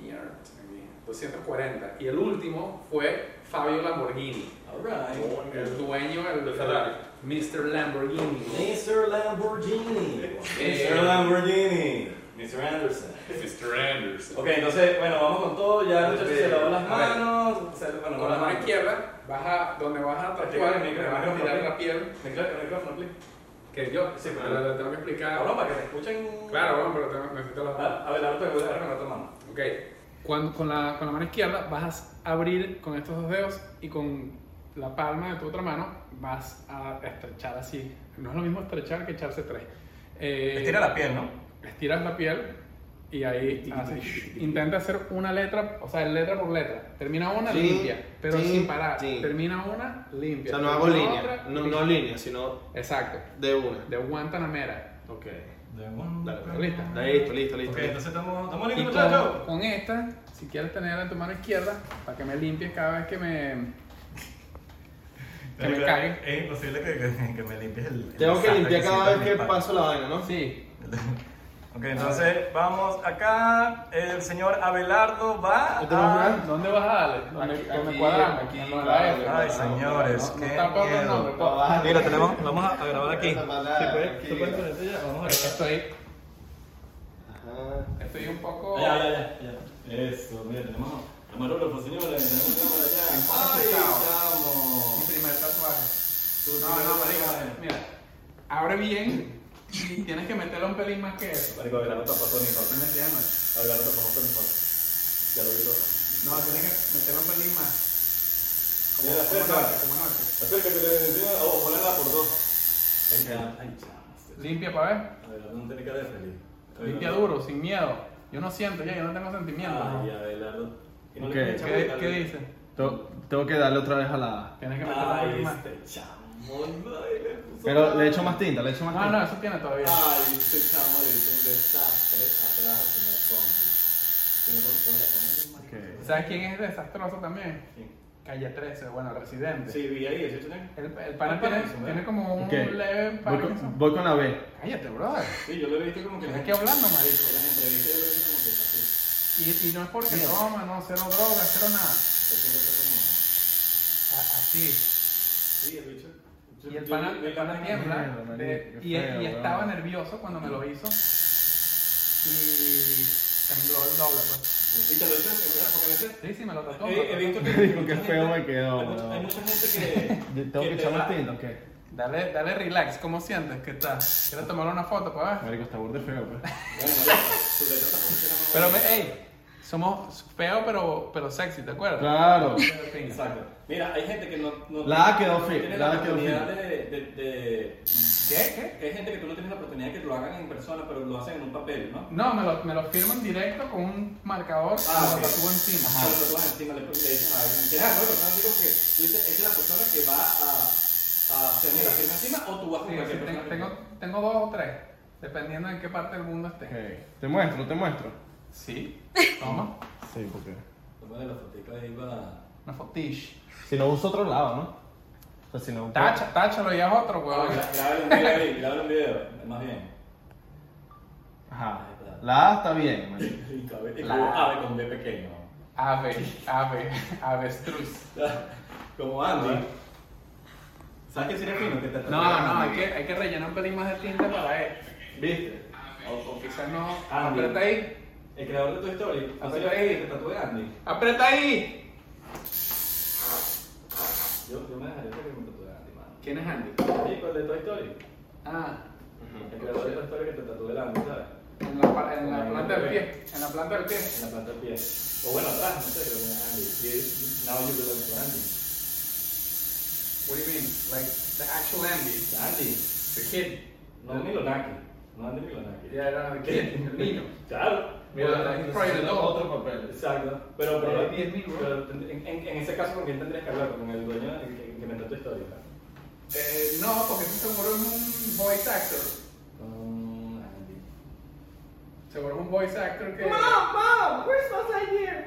Speaker 5: Mierda. aquí.
Speaker 1: 240. Y el último fue Fabio Lamborghini.
Speaker 5: Alright.
Speaker 1: El dueño, el
Speaker 5: De Ferrari.
Speaker 1: Mr. Lamborghini.
Speaker 5: Mr. Lamborghini.
Speaker 1: Eh.
Speaker 5: Lamborghini. Mi
Speaker 2: Mr. Anderson.
Speaker 4: Mr. Anderson.
Speaker 2: Ok, entonces, bueno, vamos con todo. Ya el muchacho se lavó las
Speaker 1: A ver.
Speaker 2: manos. Se, bueno,
Speaker 1: Con la mano izquierda, vas a, donde vas a tatuar,
Speaker 2: Explícame,
Speaker 1: donde vas a
Speaker 2: explícame.
Speaker 1: tirar la piel,
Speaker 2: Micrófono, micrófono, please.
Speaker 1: que yo,
Speaker 2: Sí,
Speaker 1: pero
Speaker 2: claro.
Speaker 1: lo tengo que
Speaker 2: Cabrón,
Speaker 1: explicar.
Speaker 2: para que te escuchen.
Speaker 1: Claro, bueno, pero tengo- necesito las manos.
Speaker 2: A ver, ahora te voy a dar con la otra mano.
Speaker 1: Ok. Cuando, con, la, con la mano izquierda vas a abrir con estos dos dedos y con la palma de tu otra mano vas a estrechar así. No es lo mismo estrechar que echarse tres. Eh,
Speaker 5: Estira la piel, ¿no?
Speaker 1: Estiras la piel y ahí haces- intenta hacer una letra, o sea, letra por letra. Termina una
Speaker 3: Sí,
Speaker 1: limpia, pero
Speaker 3: sí,
Speaker 1: sin parar.
Speaker 3: sí.
Speaker 1: Termina una
Speaker 3: O
Speaker 1: limpia.
Speaker 3: sea, no hago
Speaker 1: termina
Speaker 3: línea.
Speaker 1: otra,
Speaker 3: No,
Speaker 1: y-
Speaker 3: no línea, sino
Speaker 1: Exacto.
Speaker 3: de una.
Speaker 1: De Guantanamera.
Speaker 3: Ok.
Speaker 1: Pero Listo.
Speaker 3: Listo, listo, listo. listo.
Speaker 5: estamos, estamos
Speaker 1: Y con, con esta, si quieres tenerla en tu mano izquierda, para que me limpies cada vez que me. que me cague.
Speaker 5: Es imposible que, que- que me limpies el. el
Speaker 3: Tengo que
Speaker 5: sangre
Speaker 3: limpiar
Speaker 5: siento
Speaker 3: cada vez
Speaker 5: en mi
Speaker 3: que
Speaker 5: espalda.
Speaker 3: paso la vaina, ¿no?
Speaker 1: Sí.
Speaker 5: Ok, entonces vamos acá. El señor Abelardo va
Speaker 3: ¿Te vas a
Speaker 5: a.
Speaker 3: ver?
Speaker 1: ¿Dónde vas a darle? ¿Dónde,
Speaker 3: Aquí,
Speaker 1: dónde
Speaker 3: aquí,
Speaker 1: cuadramos?
Speaker 3: aquí,
Speaker 1: No, no,
Speaker 3: claro,
Speaker 1: no,
Speaker 3: claro.
Speaker 5: Ay, señores,
Speaker 1: no,
Speaker 5: qué
Speaker 1: está por los
Speaker 5: miedo.
Speaker 1: nombres, por-
Speaker 5: Mira, te la vamos, la vamos a a grabar aquí.
Speaker 3: Esa palabra,
Speaker 5: ¿Te puedes-
Speaker 3: aquí.
Speaker 5: te puedes ponerte ya? Vamos a grabar.
Speaker 1: Estoy,
Speaker 3: Ajá.
Speaker 1: estoy un poco.
Speaker 5: Ya, ya, ya, ya. Eso, mira, tenemos camarógrafo, señores. Tenemos cámara ya. Ahí
Speaker 1: Mi
Speaker 5: estamos.
Speaker 1: primer tatuaje. No, no, marica. Mira, abre bien y tienes que meterlo un pelín más que eso.
Speaker 5: Marico, Abelardo tapó todo mi
Speaker 1: No
Speaker 5: foto.
Speaker 1: me entiendes.
Speaker 5: Abelardo tapó todo mi foto. Ya lo vi todo.
Speaker 1: No, tienes que meterlo un pelín más. Como,
Speaker 5: Mira,
Speaker 1: como
Speaker 5: cerca.
Speaker 1: noche, como noche.
Speaker 5: Acércate, le decía, oh, ponela por dos. Ahí está. Ay, chaval.
Speaker 1: Limpia para ver.
Speaker 5: Abelardo no tiene cara de feliz.
Speaker 1: Limpia duro, sin miedo. Yo no siento ya, yo no tengo sentimiento.
Speaker 5: Ay, Abelardo. Y no
Speaker 3: Ok.
Speaker 5: le echa
Speaker 1: ¿Qué,
Speaker 5: vuelta,
Speaker 1: ¿Qué
Speaker 5: le-
Speaker 1: dice?
Speaker 3: Tengo- Tengo que darle otra vez a la.
Speaker 1: Tienes que meterlo un pelín
Speaker 5: Ay,
Speaker 1: más.
Speaker 5: este chamón. ay, le puso
Speaker 3: Pero
Speaker 5: nada.
Speaker 3: le echo más tinta, le echo más
Speaker 1: No,
Speaker 3: tinta.
Speaker 1: Ah, no, eso tiene todavía.
Speaker 5: Ay, este chamo le hizo un desastre atrás a primer compi.
Speaker 3: Ok.
Speaker 1: ¿Sabes quién es desastroso también?
Speaker 5: ¿Quién?
Speaker 1: Calle 13, bueno, Residente.
Speaker 5: Sí, eh? vi ahí, ¿sí tiene?
Speaker 1: El, el pana tiene,
Speaker 5: Parkinson,
Speaker 1: tiene como un
Speaker 3: Ok.
Speaker 1: leve
Speaker 3: Voy con,
Speaker 1: Parkinson.
Speaker 3: voy con la B.
Speaker 1: Cállate, brother.
Speaker 5: Sí, yo lo he visto como que
Speaker 1: Tienes
Speaker 5: las
Speaker 1: que hablando, marico.
Speaker 5: las entrevistas yo lo he visto como que está así.
Speaker 1: Y, y no es porque toma, no, cero droga, cero nada.
Speaker 5: Yo siempre está como-
Speaker 1: A- así.
Speaker 5: Sí, el bicho. Yo-
Speaker 1: Y el
Speaker 5: yo-
Speaker 1: pana,
Speaker 5: yo-
Speaker 1: el pana tiembla.
Speaker 3: Mierda, marico,
Speaker 1: de-
Speaker 3: qué
Speaker 1: y,
Speaker 3: feo,
Speaker 1: y estaba
Speaker 3: weón.
Speaker 1: nervioso cuando me lo hizo. Y tembló el doble, pues.
Speaker 5: Y te lo dicen, ¿verdad? Porque a veces
Speaker 1: Sí, sí, me lo trató.
Speaker 5: he, he visto que
Speaker 3: Digo, qué feo me quedó,
Speaker 5: hay, mucha, hay
Speaker 3: weón.
Speaker 5: mucha gente que
Speaker 3: Yo Tengo que
Speaker 5: te
Speaker 3: echar
Speaker 5: da-
Speaker 3: más tinta, ok.
Speaker 1: Dale, dale relax, ¿cómo sientes? ¿Qué tal? ¿Quieres tomar una foto pues? para ver?
Speaker 3: Marico, está burde feo, pues.
Speaker 5: Bueno, vale, su letra tampoco será más
Speaker 1: Pero, me,
Speaker 5: buena.
Speaker 1: ey, somos feo pero, pero sexy, ¿te acuerdas?
Speaker 3: Claro.
Speaker 1: Exacto.
Speaker 5: Mira, hay gente que no, no
Speaker 3: La A quedó
Speaker 5: no
Speaker 3: fit,
Speaker 5: tiene
Speaker 3: la
Speaker 5: la
Speaker 3: A quedó
Speaker 5: oportunidad
Speaker 3: fit.
Speaker 5: de, de, de-
Speaker 1: ¿Qué? ¿Qué?
Speaker 5: Hay gente que tú no tienes la oportunidad de que lo hagan en persona, pero lo hacen en un papel, ¿no?
Speaker 1: No, me lo, me lo firman directo con un marcador
Speaker 5: Ah,
Speaker 1: y me
Speaker 5: ok.
Speaker 1: lo tatúo encima.
Speaker 5: Ajá. Los tatuajes encima le, le dicen a alguien que, ah, no, persona así como que tú dices, esta es la persona que va a, a hacerme la firma encima o tú vas con
Speaker 1: Sí, sí, tengo,
Speaker 5: cualquier persona.
Speaker 1: tengo, tengo dos o tres, dependiendo en qué parte del mundo esté.
Speaker 3: Ok. Te muestro, te muestro.
Speaker 1: Sí, toma,
Speaker 3: Sí, porque.
Speaker 5: Tómale la fotica ahí para...
Speaker 1: una fotish.
Speaker 3: Si no uso otro lado, ¿no? O sea, si no.
Speaker 1: Tacha, táchalo y haz otro,
Speaker 5: Ah,
Speaker 1: huevón.
Speaker 5: gra- Grábale un video ahí, grábale un video, más bien.
Speaker 3: Ajá. La A está bien, marico.
Speaker 5: Rico, ave-
Speaker 1: La-
Speaker 5: como ave con B pequeño.
Speaker 1: Ave, ave, avestruz.
Speaker 5: Como Andy. ¿Sabes qué sería fino? Que te
Speaker 1: No, no, hay que, hay que rellenar un pelín más de tinta para él.
Speaker 5: ¿Viste?
Speaker 1: O quizás no.
Speaker 5: Ah, bien.
Speaker 1: Aprieta ahí,
Speaker 5: El creador de tu historia.
Speaker 1: ¿No sería que
Speaker 5: te tatué Andy?
Speaker 1: aprieta ahí.
Speaker 5: Yo, yo me dejaría que me tatué Andy, mano.
Speaker 1: ¿Quién es Andy?
Speaker 5: Rico, el de Toy Story.
Speaker 1: Ah,
Speaker 5: El creador de Toy Story que te tatué el Andy, ¿sabes?
Speaker 1: en la, pa- en la planta del pie, en la planta del pie.
Speaker 5: En la planta del pie. O bueno, atrás, no sé, creo que era Andy. Sí, Now you belong to Andy.
Speaker 1: What do you mean? Like the actual Andy,
Speaker 5: Andy.
Speaker 1: the kid.
Speaker 5: No Milonaki. No Andy Milonaki.
Speaker 1: Yeah, no, the kid, el niño.
Speaker 5: Claro.
Speaker 1: Mira, aquí probably the dog.
Speaker 3: Otro papel.
Speaker 5: Exacto. Pero, pero,
Speaker 1: Andy es mi bro.
Speaker 5: pero en, en, en ese caso, ¿con quién tendrías que hablar? ¿Con el dueño que, que inventó tu historia?
Speaker 1: Eh, no, porque ese seguro es un voice actor.
Speaker 5: Con Andy.
Speaker 1: Seguro es un voice actor que.
Speaker 5: mom, we're supposed to here.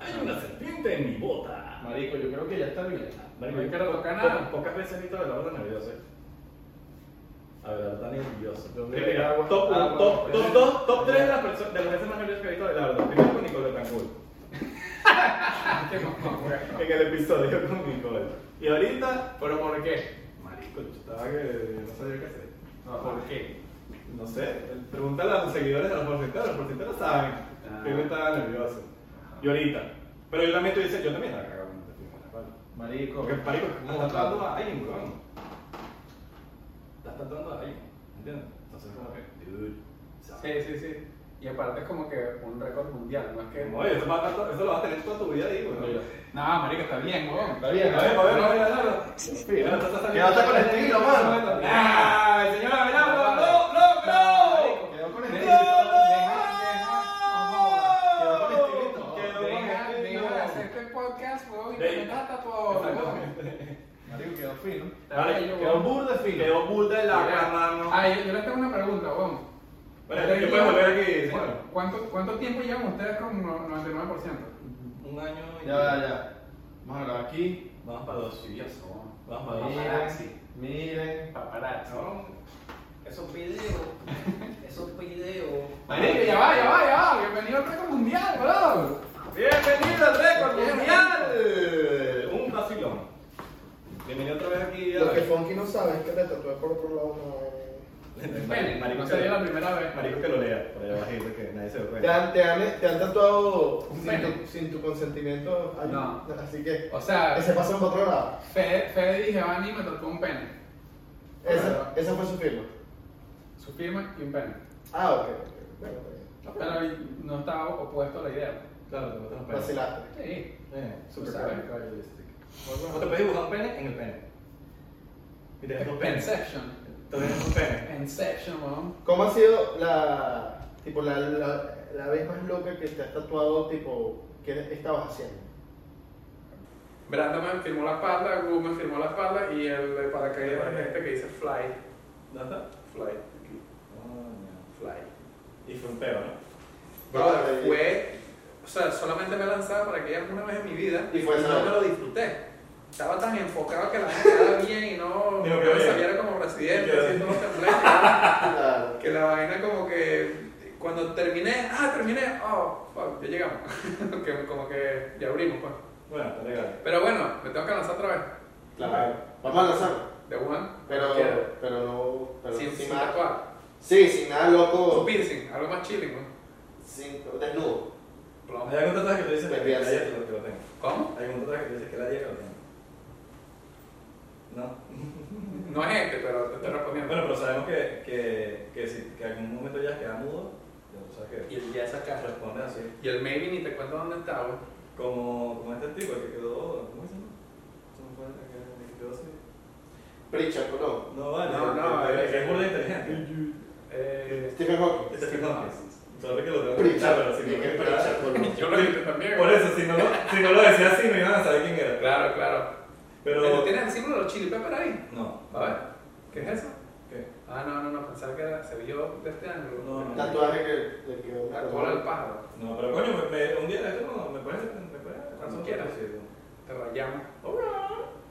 Speaker 5: Hay una serpiente en mi bota.
Speaker 3: Marico, yo creo que ya está bien.
Speaker 5: Marico,
Speaker 1: No
Speaker 5: yo
Speaker 1: quiero
Speaker 5: po-
Speaker 1: tocar
Speaker 5: po-
Speaker 1: nada.
Speaker 5: Pocas veces he visto a Abelardo nervioso. eh. Abelardo está nervioso.
Speaker 3: creo
Speaker 5: Mira,
Speaker 3: que-
Speaker 5: top
Speaker 3: Ah,
Speaker 5: uno,
Speaker 3: bueno,
Speaker 5: top-
Speaker 3: pero-
Speaker 5: top dos, top tres de las perso- de las veces más nerviosas que he visto a Abelardo. Primero con Nicole Cancún.
Speaker 1: Ah, Qué mamá, güey.
Speaker 5: En el episodio con Nicole. Y ahorita,
Speaker 1: ¿Pero por qué?
Speaker 5: marico, yo estaba que no sabía qué hacer. ¿Por qué? No sé, pregúntale a los seguidores de los porcenteros. Los porcenteros saben que yo estaba nervioso. Y ahorita. Pero yo también te dice, yo también la cagaba cuando te firmo la espalda.
Speaker 6: Marico.
Speaker 5: Porque parico,
Speaker 6: ¿cómo
Speaker 5: estás
Speaker 6: está?
Speaker 5: tratando a alguien, weón. Estás tratando a alguien, ¿entiendes? Entonces, como que, dude, ¿sabes?
Speaker 1: Sí, sí, sí. Y aparte es como que un récord mundial, no es que...
Speaker 5: Oye, eso, va a estar- eso lo vas a tener toda tu vida ahí, weón.
Speaker 1: No, marico, está bien, weón.
Speaker 6: Está bien,
Speaker 5: A ver, a ver, a ver, a ver, a ver. Mira, está- está-
Speaker 6: Que no está con estilo, mano.
Speaker 5: ¡Ah, señora Verano! ¡No, no, no!
Speaker 6: Quedó con
Speaker 5: ¡No,
Speaker 6: estilo.
Speaker 5: no!
Speaker 6: Quedó con estilito.
Speaker 5: Quedó con
Speaker 1: Deja,
Speaker 5: estilito.
Speaker 1: deja de hacerte el podcast, weón, y
Speaker 5: Ey.
Speaker 1: te metas a todo, weón.
Speaker 6: Marico, quedó fino.
Speaker 5: Vale,
Speaker 1: Yo,
Speaker 5: quedó
Speaker 1: weón.
Speaker 5: burda de filo. Quedó burda de la
Speaker 1: Mira.
Speaker 5: mano.
Speaker 1: Ah, yo, yo les tengo una pregunta, weón.
Speaker 5: Bueno, yo puedo volver aquí,
Speaker 1: ¿Cu-
Speaker 5: señor.
Speaker 1: ¿Cuánto, ¿Cuánto tiempo llevan ustedes con no- 99%?
Speaker 5: Un año
Speaker 6: Ya, va, ya. Vamos a grabar aquí.
Speaker 5: Vamos para dos, sí, Vamos para dos.
Speaker 6: Miren. Miren.
Speaker 1: Paparazzi.
Speaker 7: Esos videos, esos videos.
Speaker 1: Marico, ya va, ya va, ya va. Bienvenido al récord mundial, weón.
Speaker 5: Bienvenido al récord mundial. Un vacilón. Bienvenido otra vez aquí.
Speaker 3: Lo que Funky no sabe es que le tatué por otro lado no...
Speaker 1: Bueno, no sería la primera vez.
Speaker 5: Marico que lo lea, por allá bajito que nadie se lo
Speaker 3: Te han, te han, te han tatuado
Speaker 1: Un
Speaker 3: sin
Speaker 1: pene.
Speaker 3: tu, sin tu consentimiento. ahí.
Speaker 1: No.
Speaker 3: Así que
Speaker 1: O sea,
Speaker 3: ese pasó por otro lado.
Speaker 1: Fede, Fede y Giovanni me tocó un pene.
Speaker 3: Esa, esa fue su firma.
Speaker 1: Su firma y un pene.
Speaker 3: Ah, ok. ok. Bueno, ok.
Speaker 1: Pero no estaba opuesto a la idea.
Speaker 5: Claro, te botan los pelos.
Speaker 3: Vacilaste.
Speaker 1: Sí.
Speaker 5: Eh,
Speaker 1: Tú
Speaker 5: super
Speaker 1: sabes.
Speaker 5: realistic. O Pues te puedes dibujar un pene en el pene. Y te dejas dos penes.
Speaker 1: Inception.
Speaker 5: Te dejas dos penes.
Speaker 1: Inception, weón.
Speaker 3: ¿Cómo ha sido la, tipo, la, la, la vez más loca que te has tatuado, tipo, qué estabas haciendo?
Speaker 1: Branda me firmó la espalda, Gu me firmó la espalda y el de paracaídas es este que dice fly.
Speaker 5: ¿Dónde está?
Speaker 1: Fly. Fly.
Speaker 5: Y fue un peo, ¿no?
Speaker 1: Brother, fue. O sea, solamente me lanzaba para que una vez en mi vida
Speaker 3: Y fue
Speaker 1: no
Speaker 3: esa vez.
Speaker 1: me lo disfruté. Estaba tan enfocado que la gente quedaba bien y no,
Speaker 5: Digo,
Speaker 1: no
Speaker 5: qué
Speaker 1: me
Speaker 5: bien.
Speaker 1: saliera como residente,
Speaker 5: Qué bien.
Speaker 1: haciendo los temblores.
Speaker 3: Claro.
Speaker 1: que la vaina como que. Cuando terminé, ah, terminé, oh, fuck, ya llegamos. que, como que ya abrimos, pues.
Speaker 5: Bueno, está legal.
Speaker 1: Pero bueno, me tengo que lanzar otra vez.
Speaker 3: Claro. Vamos a lanzarlo.
Speaker 1: De Wuhan.
Speaker 3: Pero,
Speaker 1: Quiero.
Speaker 3: pero no... Pero
Speaker 1: sin,
Speaker 3: sin
Speaker 1: sin
Speaker 3: nada-
Speaker 1: tatuar.
Speaker 3: Sí, sin nada
Speaker 1: Un
Speaker 3: loco.
Speaker 1: piercing, algo más chilling, pues. ¿no?
Speaker 3: Sin, desnudo.
Speaker 5: Hay algún tatuaje que tú dices que
Speaker 3: Te
Speaker 5: la
Speaker 3: pierdes.
Speaker 5: Yaya que lo que lo tenga.
Speaker 1: ¿Cómo?
Speaker 5: Hay algún tatuaje que tú dices que la Yaya que lo tenga. No.
Speaker 1: No es este, pero te estoy respondiendo.
Speaker 5: Bueno, pero sabemos que, que, que si que algún momento ya queda mudo, ya tú sabes que
Speaker 1: Y el ya sacar.
Speaker 5: responde así.
Speaker 1: Y el maybe ni te cuento dónde está, güey.
Speaker 5: Como, como este tipo, el que quedó. ¿Cómo se llama? Se me fue el que- el que quedó así.
Speaker 3: Pritchard, ¿no?
Speaker 5: No, vale.
Speaker 1: No, no,
Speaker 5: el- el-
Speaker 1: eh.
Speaker 5: el que es burda inteligente.
Speaker 1: Eh,
Speaker 3: Stephen Hawking.
Speaker 5: Este tipo no. Solo que lo tengo que
Speaker 3: Pritchard.
Speaker 5: escuchar, pero si no
Speaker 3: ¿Quién es
Speaker 5: lo
Speaker 3: Pritchard, Colón?
Speaker 1: yo lo he visto también.
Speaker 5: Por
Speaker 1: güey.
Speaker 5: eso, si no, lo- si no lo decía así, no iban a saber quién era.
Speaker 1: Claro, claro. Pero...
Speaker 5: Pero.
Speaker 1: ¿Tienes el símbolo de los chili pepper ahí?
Speaker 5: No.
Speaker 1: A ver, ¿qué es eso?
Speaker 5: ¿Qué?
Speaker 1: Ah, no, no, no, pensaba que era, se vio de este ángulo.
Speaker 5: No, no.
Speaker 3: Tatuaje que le quedó.
Speaker 1: La cola del pájaro.
Speaker 5: No, pero coño, me, me- un día de esto no, me parece. Me parece
Speaker 1: Cuando quieras.
Speaker 5: Sí,
Speaker 1: Te rayamos.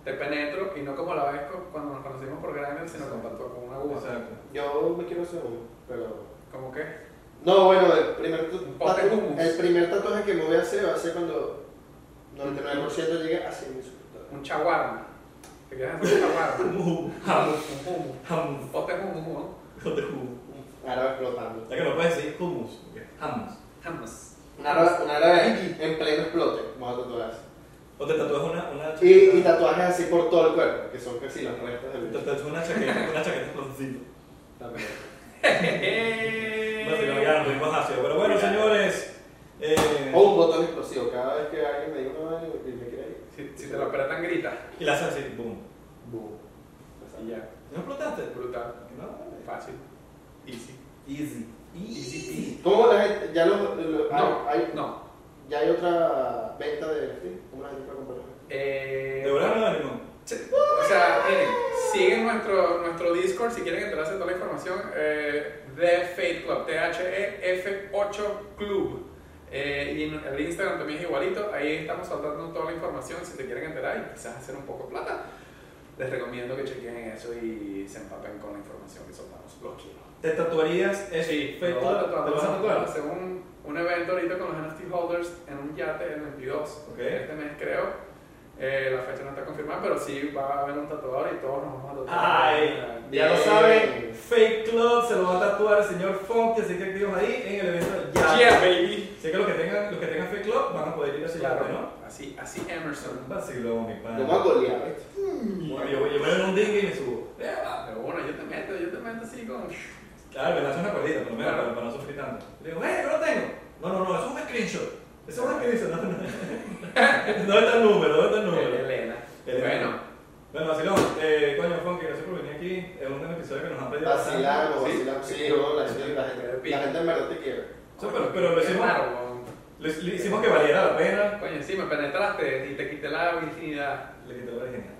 Speaker 1: Te penetro y no como la vez co- cuando nos conocimos por Grindr, sino con, con una aguja.
Speaker 5: Exacto.
Speaker 3: Yo me quiero hacer uno, pero...
Speaker 1: ¿Cómo qué?
Speaker 3: No, bueno, el primer, tu-
Speaker 1: Un pote
Speaker 3: tatu-
Speaker 1: hummus.
Speaker 3: el primer tatuaje que me voy a hacer va a ser cuando 99% llegue a 100 mil suscriptores.
Speaker 1: Un chaguarma. ¿Te quieres hacer un chaguarma?
Speaker 5: Humo,
Speaker 1: Un humo.
Speaker 5: Hummus.
Speaker 1: Un pote humo, humo.
Speaker 5: Joder, humo.
Speaker 3: Un árabe explotando.
Speaker 5: Ya que no puedes decir hummus, porque hummus.
Speaker 1: Hummus.
Speaker 3: Un árabe, un árabe en pleno explote. Vamos a tatuarse.
Speaker 5: O te tatúas una, una
Speaker 3: Y, y tatuajes así por todo el cuerpo, que son casi las restas del
Speaker 5: Te tatúas una chaqueta, una chaqueta explosivito.
Speaker 3: También.
Speaker 5: No, si
Speaker 1: ¡Eh!
Speaker 5: no, ya nos fuimos hacia. Pero bueno, señores. Eh,
Speaker 3: O un botón explosivo. Cada vez que alguien me diga una vaina y me quiere ir.
Speaker 1: Si, si te lo apretan, grita.
Speaker 5: Y la haces así, boom.
Speaker 3: Boom.
Speaker 1: Y ya.
Speaker 5: ¿No explotaste?
Speaker 1: Brutal.
Speaker 5: No, vale.
Speaker 1: Fácil.
Speaker 5: Easy. Easy. Easy.
Speaker 3: ¿Cómo la gente? Ya, los- los- ah,
Speaker 1: No,
Speaker 3: hay, hay-
Speaker 1: no.
Speaker 3: ya hay otra venta de NFT. ¿Cómo la gente puede comprar?
Speaker 1: Eh,
Speaker 5: ¿De verdad no, limón?
Speaker 1: Sí. O sea, miren, siguen nuestro, nuestro Discord si quieren enterarse de toda la información. Eh, The Faith Club, T-H-E-F-8 Club. Eh, y en- el Instagram también es igualito. Ahí estamos soltando toda la información si te quieren enterar y quizás hacer un poco de plata. Les recomiendo que chequen eso y se empapen con la información que soltamos. Los quiero.
Speaker 5: ¿Te tatuarías eso?
Speaker 1: Pero
Speaker 5: ¿Te
Speaker 1: ahora
Speaker 5: lo vas a
Speaker 1: tratamos de
Speaker 5: tatuar?
Speaker 1: hacer un, un evento ahorita con los NFT holders en un yate el 22
Speaker 5: Ok.
Speaker 1: este mes, creo. Eh, la fecha no está confirmada, pero sí va a haber un tatuador y todos nos vamos a tatuar.
Speaker 5: Ay, ya lo saben, Fake Club se lo va a tatuar el señor Funky, así que activos ahí en el evento ya.
Speaker 1: Yeah, baby.
Speaker 5: Así que los que tengan, los que tengan Fake Club van a poder ir a ese
Speaker 1: Claro,
Speaker 5: evento,
Speaker 1: ¿no? Así, así Emerson.
Speaker 5: ¿no? Vacilón, mi pana.
Speaker 3: Yo me goleaba.
Speaker 5: Bueno, yo, yo me doy un dingue y me subo. Eh,
Speaker 1: Pero bueno, yo te meto, yo te meto así con...
Speaker 5: Claro, me lanzo una cuerdita, por lo menos, para, para no sufrir tanto. Le digo, ¡eh, yo lo tengo! No, no, no, eso es un screenshot. Eso es un screenshot, no, no. no está el número, no está el número.
Speaker 1: Elena.
Speaker 5: Elena.
Speaker 1: Eh, Bueno.
Speaker 5: Bueno, vacilón, eh, coño, Funky, gracias por venir aquí. Es un episodio que nos han pedido. bastante.
Speaker 3: Vacilamos, vacilamos. Sí, no, la gente, la gente, la gente en verdad te quiere.
Speaker 5: Sí, pero, pero lo
Speaker 1: Qué
Speaker 5: hicimos,
Speaker 1: raro, weón.
Speaker 5: lo- le hicimos que valiera la pena.
Speaker 1: Coño, sí, me penetraste y te quité la virginidad.
Speaker 5: Le quité la virginidad.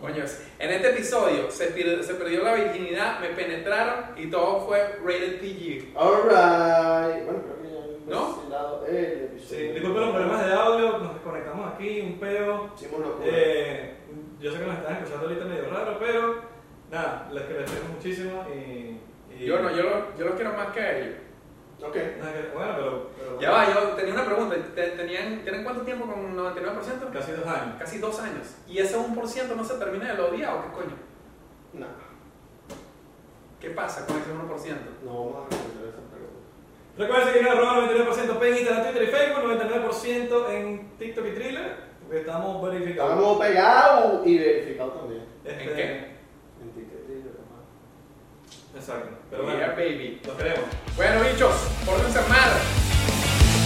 Speaker 1: Coño, en este episodio se, pir- se perdió la virginidad, me penetraron y todo fue rated PG.
Speaker 3: Alright. Bueno, creo que ya hemos
Speaker 1: ¿No?
Speaker 3: cancelado el episodio.
Speaker 5: Sí, disculpen los problemas de audio, nos desconectamos aquí, un peo.
Speaker 3: Hicimos locura.
Speaker 5: Eh, yo sé que nos están escuchando ahorita medio raro, pero nada, les agradecemos muchísimo y, y-
Speaker 1: Yo no, yo los yo lo quiero más que a ellos.
Speaker 3: Ok.
Speaker 5: Nada que- Bueno, pero, pero-
Speaker 1: Ya va, yo tenía una pregunta. Te- Tenían, ¿Tienen cuánto tiempo con 99%?
Speaker 5: casi dos años.
Speaker 1: Casi dos años. ¿Y ese 1% no se termina de odiar o qué coño?
Speaker 3: No,
Speaker 1: ¿Qué pasa con ese 1%?
Speaker 3: no vamos a responder esa pregunta.
Speaker 5: Recuerden seguirnos arroba 99% en Instagram, Twitter y Facebook, 99% en TikTok y Thriller, porque estamos verificados.
Speaker 3: Estamos pegados y verificados también.
Speaker 5: Este,
Speaker 1: ¿En qué?
Speaker 3: En TikTok y demás.
Speaker 5: Exacto. Pero bueno,
Speaker 1: Yeah, baby.
Speaker 5: los queremos.
Speaker 1: Bueno, bichos, pórtense mal.